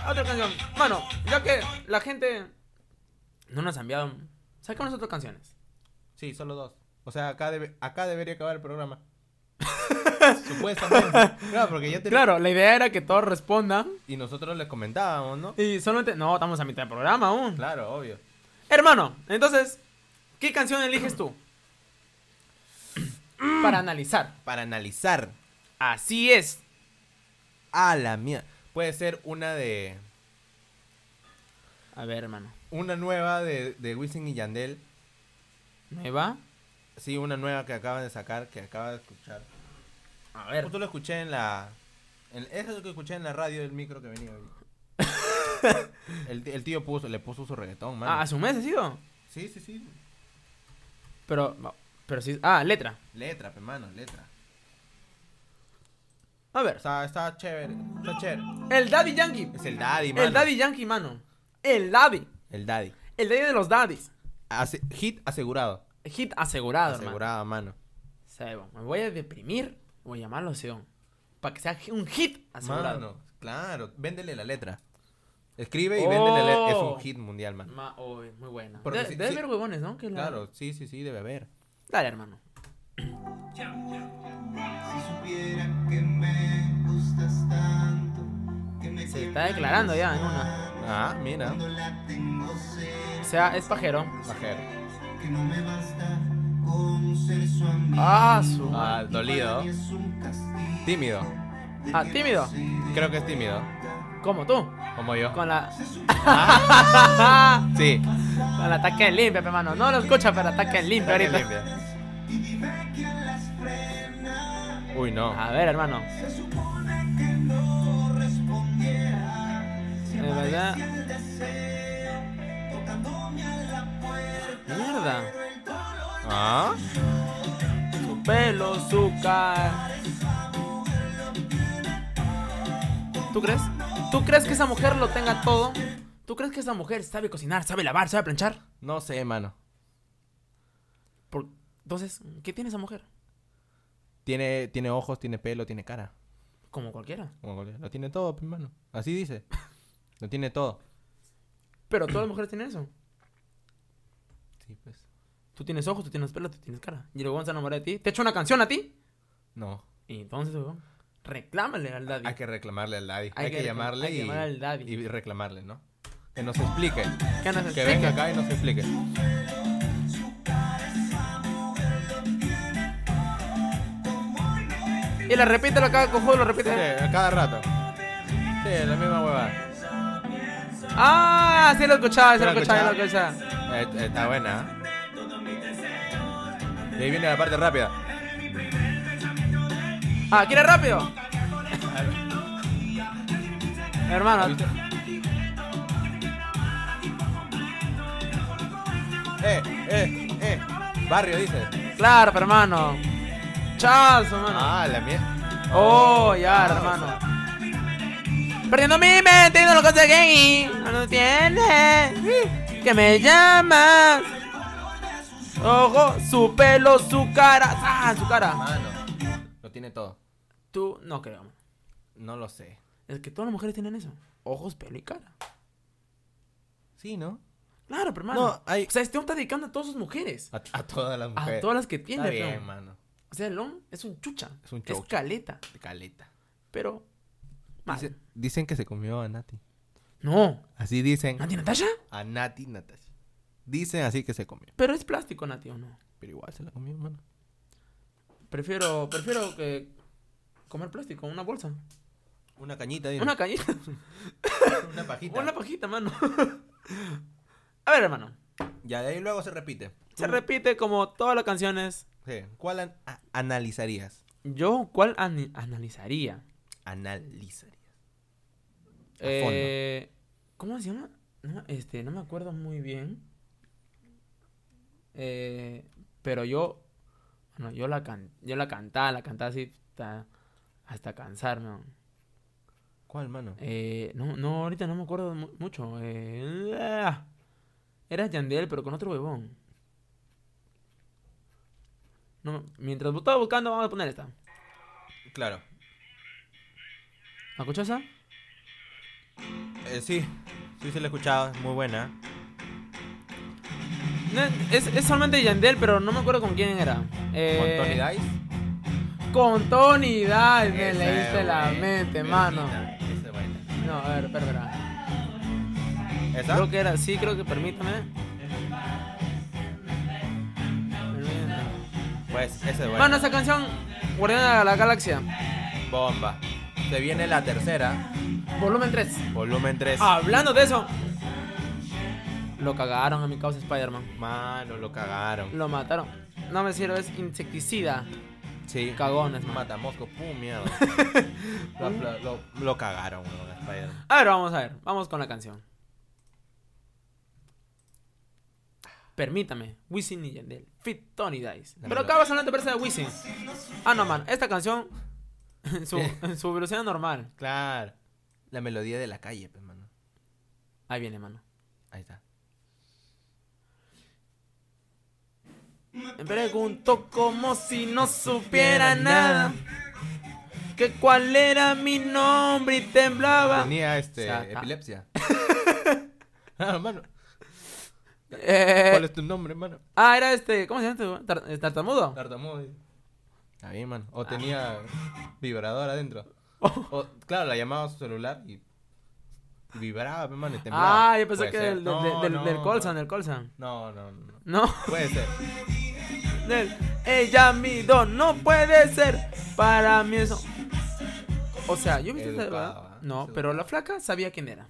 S2: Otra canción. Bueno, ya que la gente no nos ha enviado, sacamos otras canciones.
S1: Sí, solo dos. O sea, acá, debe- acá debería acabar el programa. Supuestamente. Claro, porque ya te...
S2: Claro, la idea era que todos respondan.
S1: Y nosotros les comentábamos, ¿no?
S2: Y solamente, no, estamos a mitad del programa aún.
S1: Claro, obvio.
S2: Hermano, entonces, ¿qué canción eliges tú? Para analizar.
S1: Para analizar.
S2: Así es.
S1: A la mía. Puede ser una de.
S2: A ver, hermano.
S1: Una nueva de, de Wisin y Yandel.
S2: ¿Nueva?
S1: Sí, una nueva que acaban de sacar, que acaba de escuchar.
S2: A ver.
S1: Justo lo escuché en la. en- eso es lo que escuché en la radio del micro que venía hoy. el, el tío puso, le puso su reggaetón, mano.
S2: Ah, hace un mes ha sido.
S1: sí, sí, sí.
S2: Pero, pero sí. Ah, letra.
S1: Letra, pe, mano, letra.
S2: A ver.
S1: Está, está chévere, está chévere.
S2: El Daddy Yankee.
S1: Es el daddy, mano.
S2: El Daddy Yankee, mano. El Daddy.
S1: El daddy.
S2: El Daddy de los Daddies.
S1: Ase- hit asegurado.
S2: Hit asegurado, hermano.
S1: Asegurado, mano.
S2: Sebo, me voy a deprimir. Voy a llamarlo Seón. Para que sea un hit asegurado.
S1: Mano, claro. Véndele la letra. Escribe y véndele la letra. Es
S2: Oh.
S1: un hit mundial, mano.
S2: Ma- oh, es muy buena.
S1: Porque
S2: De-
S1: sí-
S2: debe
S1: sí.
S2: haber huevones, ¿no? Que la-
S1: Claro, sí, sí, sí, debe haber.
S2: Dale, hermano.
S3: Si supieran que me gustas tanto, que me
S2: Se está declarando ya en una.
S1: Ah, mira.
S3: Cuando la tengo
S2: O
S3: cerca,
S2: sea, es pajero.
S1: Bajero.
S3: que no me basta con ser su amigo.
S2: Ah, su.
S1: Ah,
S3: Y para
S1: dolido.
S3: mí es un castigo
S1: Tímido.
S3: de
S2: Ah,
S3: que no
S2: tímido.
S3: sé de
S1: Creo que es tímido.
S2: Como tú.
S1: Como yo.
S2: Con la.
S1: Sí.
S2: Con el ataque en limpio, hermano. No lo escucha, pero ataque en limpio ahorita.
S1: Uy, no.
S2: A ver, hermano. De verdad. Mierda.
S1: Ah.
S2: Su pelo, su cara. ¿Tú crees? ¿Tú crees que esa mujer lo tenga todo? ¿Tú crees que esa mujer sabe cocinar, sabe lavar, sabe planchar?
S1: No sé, mano.
S2: Por- Entonces, ¿qué tiene esa mujer?
S1: Tiene, tiene ojos, tiene pelo, tiene cara.
S2: Como cualquiera.
S1: Como cualquiera. Lo tiene todo, pues, mano. Así dice. Lo tiene todo.
S2: Pero todas las mujeres tienen eso.
S1: Sí, pues.
S2: Tú tienes ojos, tú tienes pelo, tú tienes cara. Y luego se enamora de ti. ¿Te echa una canción a ti?
S1: No.
S2: Y entonces, huevón, reclámale al daddy.
S1: Hay que reclamarle al daddy.
S2: Hay
S1: Hay,
S2: que
S1: que,
S2: reclam-
S1: llamarle
S2: hay que
S1: y,
S2: llamar al daddy.
S1: y reclamarle, ¿no? Que nos explique.
S2: Que nos
S1: Que
S2: explique.
S1: venga acá y nos explique.
S2: Y la repite, lo caga cojudo, lo repite.
S1: Sí, a cada rato. Sí, la misma huevada.
S2: Ah, sí lo escuchaba, sí
S1: ¿Sí
S2: lo
S1: lo
S2: escuchaba, sí lo escuchaba.
S1: Eh, eh, está buena. ¿eh? Y ahí viene la parte rápida.
S2: Ah, ¿quieres rápido? Hermano,
S1: ¿Viste? Eh, eh, eh. Barrio, dice.
S2: claro, pero hermano. Chazo, hermano.
S1: Ah, la mierda.
S2: Oh, ya, hermano. Perdiendo mi mente y no lo conseguí. No lo tienes. Que me llamas. ojo, su pelo, su cara, ¡ah! su cara.
S1: Mano, lo tiene todo.
S2: Tú no creo.
S1: No lo sé.
S2: Es que todas las mujeres tienen eso. Ojos, pelo y cara.
S1: Sí, ¿no?
S2: Claro, pero hermano.
S1: No, hay-
S2: O sea, este hombre está dedicando a todas sus mujeres.
S1: A, a todas las
S2: A
S1: mujeres.
S2: todas las que tiene.
S1: Está
S2: pero-
S1: bien, mano.
S2: O sea, el hombre es un chucha.
S1: Es un chucha.
S2: caleta.
S1: Caleta.
S2: Pero. mal.
S1: Dice- dicen que se comió a Nati.
S2: No.
S1: Así dicen.
S2: ¿Nati Natasha?
S1: A Nati Natasha. Dicen así que se comió.
S2: Pero es plástico, Nati, ¿o no?
S1: Pero igual se la comió, mano.
S2: Prefiero, prefiero que comer plástico, una bolsa.
S1: Una cañita,
S2: Una cañita.
S1: una pajita.
S2: Una pajita, mano. A ver, hermano.
S1: Ya de ahí luego se repite.
S2: Se repite como todas las canciones.
S1: Sí. ¿Cuál an- a- analizarías?
S2: Yo, ¿cuál ani- analizaría?
S1: Analizarías. A
S2: Eh, ¿Cómo se llama? No, este, no me acuerdo muy bien. Eh, pero yo, bueno, yo la can, yo la cantaba, la cantaba así hasta, hasta cansarme. man.
S1: ¿Cuál, mano?
S2: Eh, no, no, ahorita no me acuerdo mu- mucho. Eh, ah, era Yandel, pero con otro huevón. No, mientras estaba buscando, vamos a poner esta.
S1: Claro.
S2: ¿La escuchas esa?
S1: Eh, sí. Sí se la he escuchado. Muy buena.
S2: No, es, es solamente Yandel, pero no me acuerdo con quién era. Eh,
S1: ¿Con Tony Dice?
S2: Con Tony Dice, me
S1: Esa,
S2: leíste la
S1: güey.
S2: mente,
S1: Virgina,
S2: mano.
S1: esa vaina.
S2: No, a ver, espera, espera.
S1: ¿Esa?
S2: Creo que era, sí, creo que permítame.
S1: Pues esa es buena.
S2: Mano, esa canción, Guardiana de la Galaxia,
S1: Bomba. Se viene la tercera,
S2: volumen 3.
S1: volumen 3.
S2: Hablando de eso, lo cagaron a mi causa Spider-Man.
S1: Mano, lo cagaron.
S2: Lo mataron. No me sirve, es insecticida.
S1: Sí.
S2: Cagones, man.
S1: Matamosco, pum, mierda. lo, apla- lo- lo cagaron, weón, a Spider-Man.
S2: A ver, vamos a ver, vamos con la canción. Permítame, Wisin y Yandel, Fit Tony Dice.
S1: Dame
S2: Pero
S1: la-
S2: acabas hablando de de Wisin. Ah, no, man, esta canción en su, en su velocidad normal.
S1: Claro. La melodía de la calle, pues, mano.
S2: Ahí viene, mano.
S1: Ahí está.
S2: Me pregunto como si no supiera nada. Que cuál era mi nombre y temblaba.
S1: Tenía este,
S2: Saca.
S1: epilepsia. ah, mano.
S2: Eh,
S1: ¿Cuál es tu nombre, mano?
S2: ah, era este, ¿cómo se llama? este? Tar- ¿Tartamudo?
S1: Tartamudo. Está bien, mano.
S2: Ah.
S1: O tenía vibrador adentro.
S2: Oh.
S1: O, claro, la llamaba a su celular y y vibraba, pues, mano, y temblaba.
S2: Ah, yo pensé
S1: Puede
S2: que
S1: ser.
S2: del,
S1: No,
S2: del, del,
S1: no,
S2: del
S1: no.
S2: Colson, del Colson.
S1: No, no, no. no.
S2: No.
S1: Puede ser.
S2: Del, Ella mi don no puede ser para mí eso. O sea, yo me hice esa-
S1: Educado,
S2: ¿verdad?
S1: ¿ah?
S2: No,
S1: Sí.
S2: pero la flaca sabía quién era.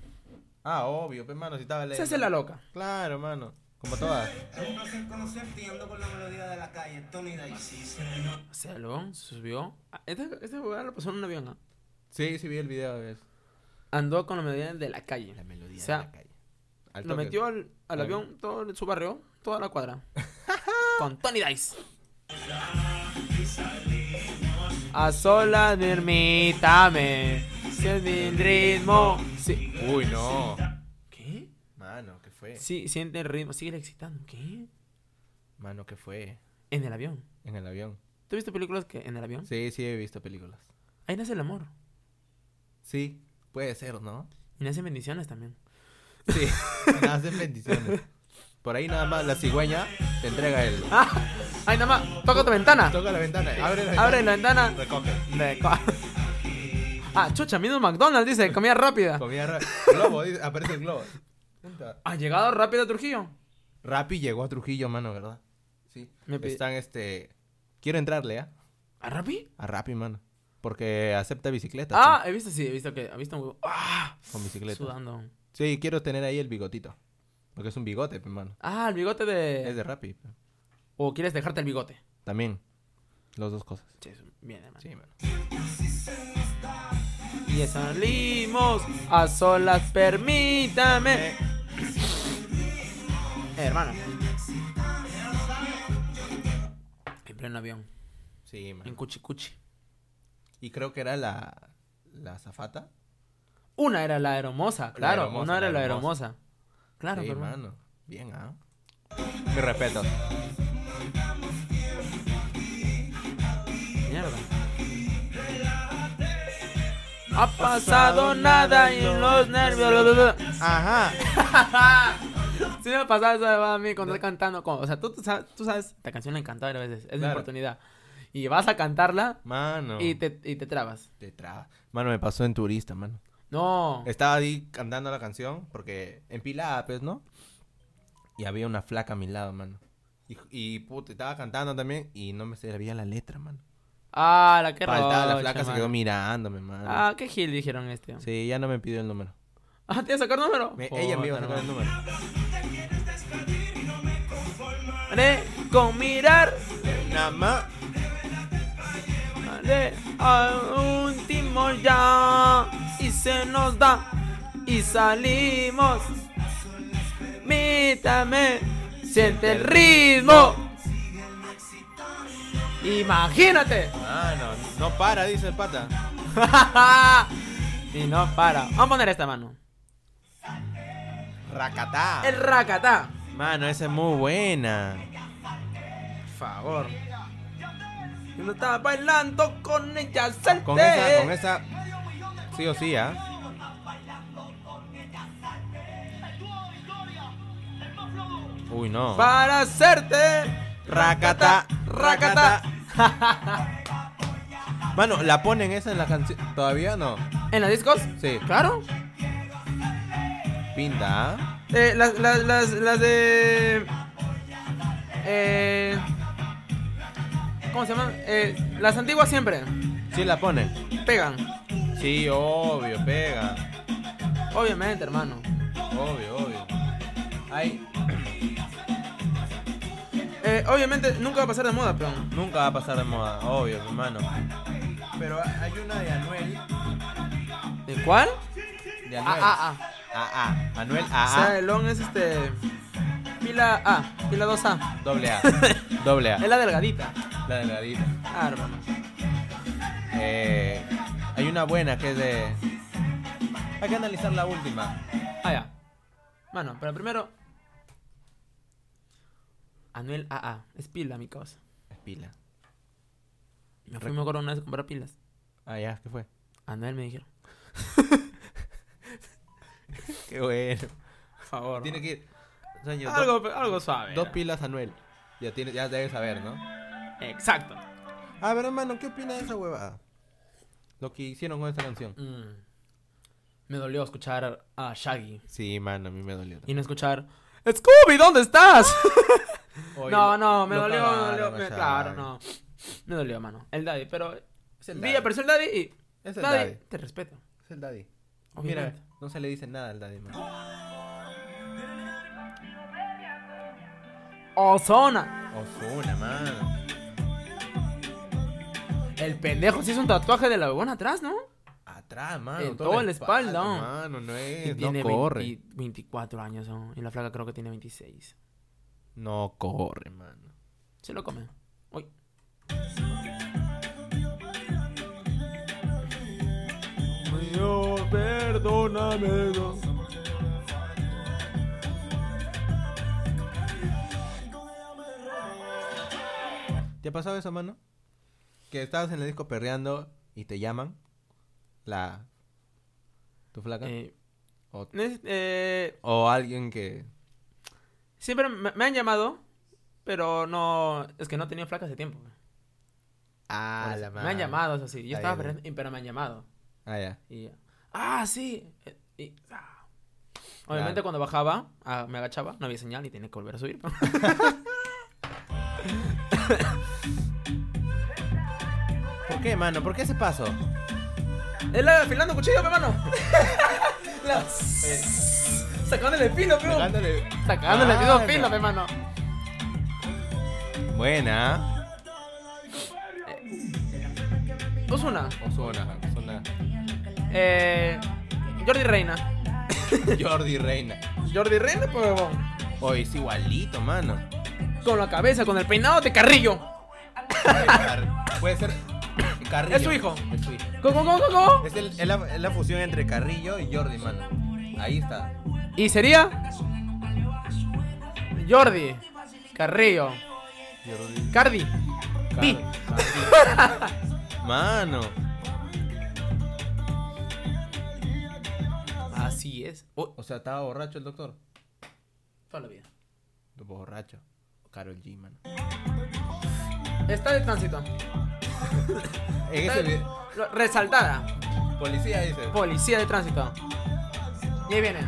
S1: Ah, obvio, pues, mano, si estaba
S2: Se hace la loca.
S1: Claro, mano. Como todas.
S3: Es un placer conocerte y ando por la melodía de la calle, Tony Dice.
S2: O sea, el huevón subió. Ah, Esta, esta huevada la pasó en un avión. ¿ah?
S1: Sí, sí vi el video. Es
S2: Andó con la medida de la calle.
S1: la melodía
S2: O sea,
S1: de la calle. Al
S2: Lo
S1: toque.
S2: metió al, al
S1: Al-
S2: avión todo el- su barrio, toda la cuadra. con Tony Dice. A sola ermítame. Si es mi ritmo. Sí.
S1: Uy, no.
S2: ¿Qué?
S1: Mano, ¿qué fue?
S2: Eh, Sí, siente el ritmo, sigue excitando. ¿Qué?
S1: Mano, ¿qué fue?
S2: En el avión.
S1: En el avión.
S2: ¿Tú has visto películas que en el avión?
S1: Sí, sí he visto películas.
S2: Ahí nace el amor.
S1: Sí, puede ser, ¿no?
S2: Y nacen bendiciones también.
S1: Sí. Hacen bendiciones. Por ahí nada más la cigüeña te entrega el...
S2: ¡Ah! ¡Ay, nada más! ¡Toca tu ventana!
S1: Toca la ventana, abre la ventana.
S2: ¡Abre la ventana!
S1: Recoge.
S2: Le co- ah, chucha, mismo McDonald's dice, comida rápida.
S1: Comida ra- Globo, dice, aparece el globo. Punta.
S2: ¿Ha llegado rápido a Trujillo?
S1: Rappi llegó a Trujillo, mano, ¿verdad? Sí.
S2: Me pi-
S1: Están, este... Quiero entrarle, ¿ah?
S2: ¿A Rappi?
S1: A Rappi, mano. Porque acepta bicicletas.
S2: Ah, he visto, sí, he visto que, he visto un huevo. ¡Ah!
S1: ¿no? Con bicicleta.
S2: Sudando.
S1: Sí, quiero tener ahí el bigotito. Porque es un bigote, pe, mano.
S2: Ah, el bigote de...
S1: Es de Rappi. pe.
S2: ¿O quieres dejarte el bigote?
S1: También. Las dos cosas.
S2: Sí, eso, bien, hermano.
S1: Sí, mano.
S2: Y salimos a solas, permítame. Eh, hermano. En pleno avión,
S1: Sí,
S2: en
S1: mano.
S2: Cuchicuchi.
S1: Y creo que era la... La zafata.
S2: Una era la hermosa, claro.
S1: hermosa,
S2: una era la
S1: la
S2: Ah, hermosa. Claro,
S1: sí,
S2: pero-
S1: mano. Bien, ¿ah? Mi respeto.
S2: ha pasado nada y los nervios.
S1: Ajá.
S2: Si me pasaba eso a mí cuando estás cantando. como- o sea, tú, tú sabes, tú sabes, esta canción la he cantado varias veces. Es mi
S1: Claro.
S2: oportunidad. Y vas a cantarla
S1: Mano.
S2: y, te, y te trabas.
S1: Te traba. Mano, me pasó en turista, mano.
S2: No.
S1: Estaba ahí cantando la canción, porque empilada, pues, ¿no? Y había una flaca a mi lado, mano. Y, y puta, estaba cantando también y no me servía la letra, mano.
S2: Ah, la que
S1: Faltaba la
S2: rocha,
S1: flaca, se
S2: mano.
S1: quedó mirándome, mano.
S2: Ah, qué gil dijeron este.
S1: Sí, ya no me pidió el número.
S2: Ah, ¿te iba a sacar número?
S1: Me- ella me iba a
S2: Puta,
S1: sacar el
S2: hermano.
S1: número.
S2: Haré con mirar,
S1: Nada más.
S2: haré a un timo ya. Y se nos da, y salimos. Mítame, siente el ritmo. Imagínate.
S1: Mano, no para, dice el pata.
S2: y no para. Vamos a poner esta mano.
S1: Racatá.
S2: El racatá.
S1: Mano, esa es muy buena.
S2: Por favor. Yo no estaba bailando con ella, salte.
S1: Con esa, con esa. Sí o sí, ¿ah? Uy, no.
S2: Para hacerte
S1: Racatá,
S2: racata.
S1: Mano, ¿la ponen esa en la canción? ¿Todavía no?
S2: ¿En los discos?
S1: Sí.
S2: Claro.
S1: Pinta, ¿ah?
S2: Eh, las, las, las, las de. Eh, ¿Cómo se llaman? Eh, las antiguas siempre
S1: Sí la ponen.
S2: pegan.
S1: Sí, obvio, pega.
S2: Obviamente, hermano.
S1: Obvio, obvio. Ay,
S2: Eh, obviamente nunca va a pasar de moda, peón.
S1: nunca va a pasar de moda, obvio, mi hermano. Pero hay una de Anuel.
S2: ¿De cuál?
S1: De
S2: Ah, ah, ah.
S1: Ah, ah. Anuel
S2: O
S1: ah,
S2: sea, el long es este. Pila A, pila 2A.
S1: ah. Doble A. Doble A.
S2: Es la delgadita.
S1: La delgadita.
S2: Ah, hermano.
S1: Eh, hay una buena que es de. Hay que analizar la última.
S2: Ah, ya. Mano, pero primero. Anuel AA. Es pila, mi causa.
S1: Es pila.
S2: Me fui, me acuerdo una vez a comprar pilas.
S1: Ah, ya, ¿qué fue?
S2: Anuel me dijeron.
S1: Qué bueno.
S2: Por favor.
S1: Tiene que ir. o sea, yo,
S2: Algo,
S1: do-
S2: algo suave.
S1: dos
S2: ¿no?
S1: pilas Anuel. Ya, tiene, ya debes saber, ¿no?
S2: Exacto.
S1: A ver, hermano, ¿qué opina de esa huevada? Lo que hicieron con esta canción.
S2: Mm. Me dolió escuchar a Shaggy.
S1: Sí, mano, a mí me dolió.
S2: Y no escuchar. ¡Scooby, ¿dónde estás?
S1: Oye,
S2: no,
S1: lo-
S2: no, me
S1: lo
S2: dolió, me
S1: cagaron,
S2: dolió.
S1: o
S2: me-
S1: sea,
S2: claro, no. Me dolió, mano. El daddy, pero.
S1: el
S2: Vi,
S1: daddy.
S2: apareció el daddy y.
S1: Es el
S2: daddy,
S1: daddy.
S2: te respeto.
S1: Es el daddy.
S2: Obviamente.
S1: Mira, no se le dice nada al daddy, mano.
S2: Ozona.
S1: Ozuna, mano.
S2: El pendejo se hizo un tatuaje de la huevona atrás, ¿no?
S1: Atrás, mano.
S2: En
S1: toda
S2: toda la espalda, ¿no?
S1: Mano, no
S2: Y
S1: es.
S2: tiene
S1: No corre.
S2: 20 24 años ¿no? y la flaca creo que tiene 26.
S1: No corre, mano.
S2: Se lo come. Uy.
S1: Dios, perdóname. ¿Te ha pasado eso, mano? Que estabas en el disco perreando y te llaman. La. ¿Tu flaca?
S2: Eh,
S1: O,
S2: es- eh,
S1: o alguien que.
S2: siempre me, me han llamado, pero no. Es que no he tenido flaca hace tiempo.
S1: Ah,
S2: Pues,
S1: la
S2: me han llamado, eso sí. Yo
S1: Está
S2: estaba
S1: bien,
S2: perdiendo, pero me han llamado.
S1: Ah, ya.
S2: Y, ah, sí. eh, y- ah. Obviamente
S1: Claro.
S2: cuando bajaba, ah, me agachaba, no había señal y tenía que volver a subir.
S1: ¿Por qué, mano? ¿Por qué ese paso?
S2: Él afilando cuchillo, mi hermano. La- Sacándole el filo, pero.
S1: Pegándole-
S2: Sacándole el dedo
S1: Mano.
S2: filo, mi hermano.
S1: Buena. ¿ah?
S2: Osuna.
S1: Ozuna, Ozuna.
S2: Eh, Jordi Reina.
S1: Jordi Reina.
S2: Jordi Reina, pues huevón.
S1: Hoy es igualito, mano.
S2: Con la cabeza, con el peinado de Carrillo.
S1: Puede ser Carrillo.
S2: Es su hijo.
S1: Es su hijo.
S2: ¿Cómo, cómo, cómo?
S1: Es, el- es la, es la fusión entre Carrillo y Jordi, mano. Ahí está.
S2: Y sería. Jordi. Carrillo.
S1: Jordi.
S2: Cardi. Di.
S1: Mano.
S2: Así es. Oh,
S1: O sea, estaba borracho el doctor.
S2: toda la vida.
S1: Borracho. Carol G, mano.
S2: Está de tránsito.
S1: En
S2: Está
S1: ese
S2: de-
S1: video-
S2: lo- Resaltada.
S1: Policía dice.
S2: Policía de tránsito. Y ahí viene.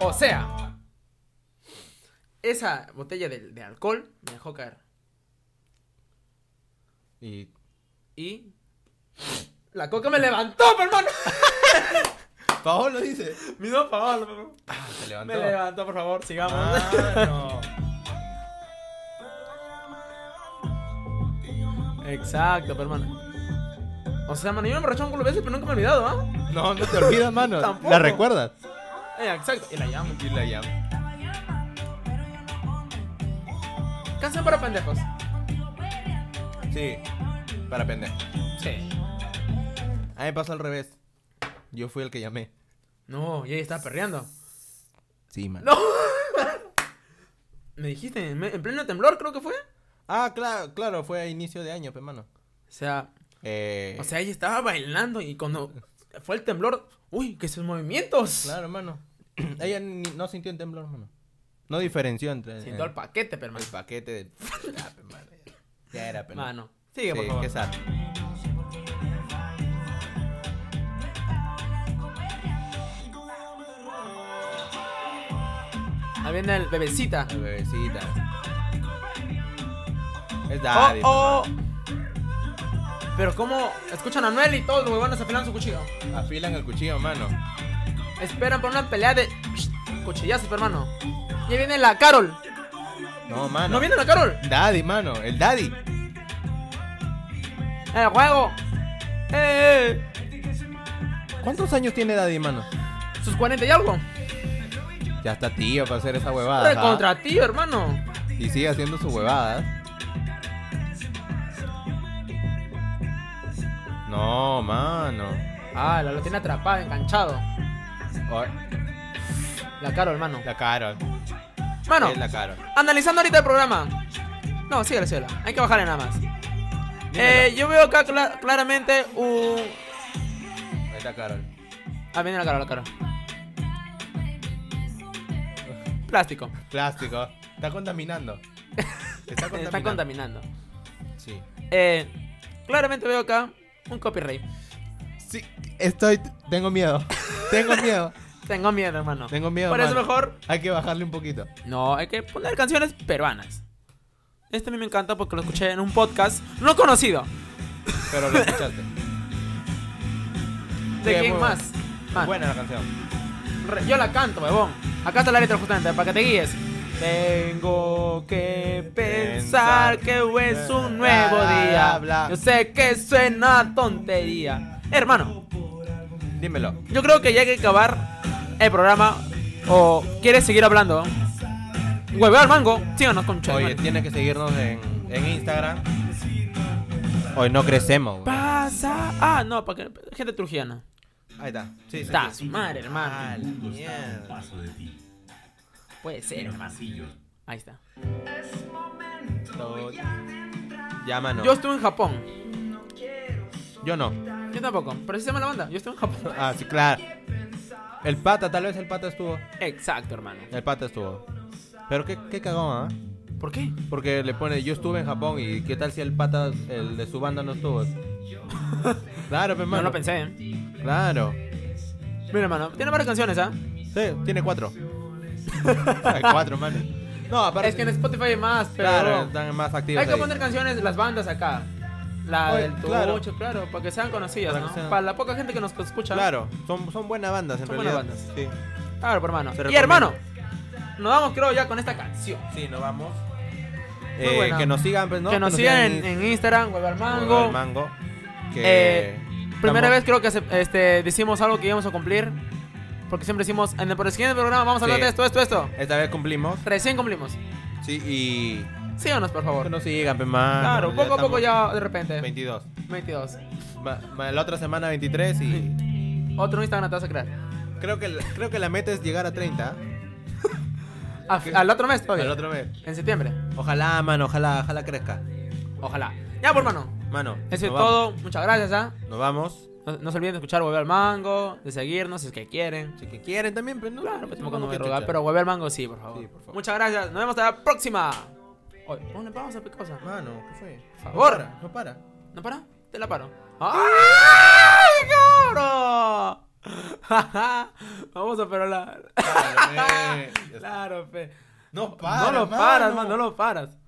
S2: O sea, esa botella de, de alcohol me dejó caer.
S1: Y
S2: Y. La coca me levantó, pe, hermano.
S1: Paolo dice.
S2: Mi no, por favor.
S1: Ah, se levantó.
S2: Me levantó, por favor, sigamos.
S1: Ah,
S2: Exacto, pe, hermano. O sea, mano, yo me emborraché un culo de veces, pero nunca me he olvidado, ¿ah?
S1: no. no, no te olvidas, mano.
S2: Tampoco.
S1: La recuerdas.
S2: Eh, exacto. Y la llamo.
S1: Y la llamo.
S2: Canción para pendejos.
S1: Sí. Para pendejo.
S2: Sí.
S1: A mí me pasó al revés. Yo fui el que llamé.
S2: No, y ahí estaba perreando.
S1: Sí, mano.
S2: No. ¿Me dijiste en, me- en pleno temblor, creo que fue?
S1: Ah, claro, claro, fue a inicio de año, pe, mano.
S2: O sea,
S1: Eh,
S2: o sea, ella estaba bailando y cuando fue el temblor, uy, que sus movimientos.
S1: Claro, hermano. Ella ni- no sintió el temblor, hermano. No diferenció entre.
S2: Sin todo el paquete, pero
S1: el
S2: hermano.
S1: paquete de. Ya, pe, mano, ya. Ya era, pe, ¿no?
S2: Mano, sigue, por
S1: Sí,
S2: favor.
S1: qué sad.
S2: Ahí viene el bebecita.
S1: La bebecita. Es
S2: Oh,
S1: Daddy.
S2: oh. Pero cómo escuchan a Noel y todos los huevones afilan su cuchillo.
S1: pe, mano. pues. Afilan el cuchillo, mano.
S2: Esperan por una pelea de cuchillazos, pe, hermano. Y ahí viene la Carol.
S1: No, mano.
S2: ¿No viene la Carol?
S1: Daddy, mano. El Daddy.
S2: El juego. Eh, eh.
S1: ¿Cuántos años tiene Daddy, mano?
S2: sus 40 y algo.
S1: Ya está tío para hacer esa huevada.
S2: Recontra contra
S1: ¿ah?
S2: ti, hermano.
S1: Y sigue haciendo sus huevadas. No, mano.
S2: Ah, la lo tiene atrapado, enganchado.
S1: O-
S2: La Carol, hermano.
S1: Oh, La Carol.
S2: Mano,
S1: Es la Carol.
S2: analizando ahorita el programa. No, síguela, síguela. Hay que bajarle nada más.
S1: Dímela.
S2: Eh, yo veo acá cla- claramente un.
S1: Es la Carol.
S2: Ah, viene la Carol, la Carol. Plástico.
S1: Plástico. Está contaminando. Está contaminando.
S2: Está contaminando.
S1: Sí.
S2: Eh, claramente veo acá un copyright.
S1: Sí, estoy. Tengo miedo. Tengo miedo.
S2: Tengo miedo, hermano.
S1: Tengo miedo.
S2: Por eso
S1: mano.
S2: mejor.
S1: Hay que bajarle un poquito.
S2: No, hay que poner canciones peruanas. Este a mí me encanta porque lo escuché en un podcast no conocido.
S1: Pero lo escuchaste.
S2: ¿De
S1: Sí,
S2: quién
S1: muy
S2: más? Man,
S1: Buena la canción.
S2: re- yo la canto, huevón. Acá está la letra justamente, para que te guíes. Tengo que pensar
S1: Pensar.
S2: que hoy es un nuevo
S1: Bla, bla,
S2: día.
S1: bla.
S2: Yo sé que suena tontería. Hermano,
S1: Dímelo.
S2: yo creo que ya hay que acabar el programa. ¿O quieres seguir hablando? Hueveo al mango, síganos con
S1: Oye, tiene que seguirnos en, en Instagram. Hoy no crecemos. güey.
S2: Pasa. Ah, no, para que. Gente trujillana.
S1: Ahí está. Sí, sí.
S2: Está su madre, hermano.
S1: Mierda.
S4: paso de ti.
S2: Puede ser, hermano.
S4: Pasillos.
S2: Ahí está.
S1: Todo- Ya, mano.
S2: Yo
S1: Yo,
S2: estuve en Japón.
S1: no.
S2: Yo tampoco. Pero sí se llama la banda. Yo estuve en Japón.
S1: Ah, sí, claro. El pata, tal vez el pata estuvo.
S2: Exacto, hermano.
S1: El pata estuvo. Pero qué, qué cagón, ¿ah?
S2: ¿Por qué?
S1: Porque le pone, yo estuve en Japón y qué tal si el pata, el de su banda no estuvo. claro, pe,
S2: No
S1: mano.
S2: lo pensé, ¿eh?
S1: Claro.
S2: Mira, hermano. Tiene varias canciones, ¿ah?
S1: Sí, tiene cuatro. Hay cuatro, mano. No, aparte.
S2: Es que en Spotify hay más, pero.
S1: Claro, están más activos.
S2: hay que
S1: ahí.
S2: poner canciones, las bandas acá. La
S1: Oye,
S2: del
S1: claro.
S2: Tucho, claro. para que sean conocidas,
S1: Para que
S2: ¿no?
S1: sean-
S2: Para la poca gente que nos escucha.
S1: Claro, son, son buenas bandas en
S2: Son
S1: realidad.
S2: buenas
S1: Sí.
S2: Claro, pues, hermano.
S1: Se
S2: Y
S1: recomienda.
S2: hermano, nos vamos, creo, ya con esta canción.
S1: Sí, nos vamos.
S2: Muy buena.
S1: que nos sigan, pues, ¿no?
S2: que nos sigan en, en Instagram, Huevo al
S1: Mango.
S2: Mango.
S1: mango que
S2: Eh, Primera
S1: estamos-
S2: vez creo que se- este, decimos algo que íbamos a cumplir. Porque siempre decimos, en el por el siguiente programa vamos a hablar
S1: Sí.
S2: de esto, esto, esto.
S1: Esta vez cumplimos.
S2: Recién cumplimos.
S1: Sí, y.
S2: Síganos, por
S1: Que
S2: favor.
S1: nos sigan, pues, mano.
S2: Claro, poco a poco
S1: estamos-
S2: ya de repente.
S1: 22.
S2: 22.
S1: Ma- ma- la otra semana 23 y.
S2: Otro Instagram te vas a crear.
S1: Creo que, la- creo que la meta es llegar a 30.
S2: A- al otro mes todavía.
S1: El otro mes.
S2: En septiembre.
S1: Ojalá, mano, ojalá, ojalá crezca.
S2: Ojalá. Ya, por mano.
S1: Mano,
S2: Eso es
S1: nos vamos.
S2: todo. Muchas gracias, ¿ah?
S1: Nos vamos.
S2: No, no se olviden de escuchar Volver al Mango, de seguirnos si es que quieren.
S1: Si que quieren también, pero no.
S2: Claro, pues
S1: no
S2: como cuando
S1: vamos
S2: me
S1: a
S2: rogar,
S1: chuchar.
S2: pero Volver al Mango sí, por favor.
S1: Sí, por favor.
S2: Muchas gracias. Nos vemos hasta la próxima. Oye, pon una pausa, ¿qué cosa?
S1: Mano, ¿qué fue?
S2: Por
S1: No
S2: favor.
S1: para, No para.
S2: ¿No para? Te la paro. ¡Ay, cabrón! Vamos a perolar.
S1: Para, eh. Ya está.
S2: Claro, fe.
S1: No
S2: no lo paras, man, no lo paras.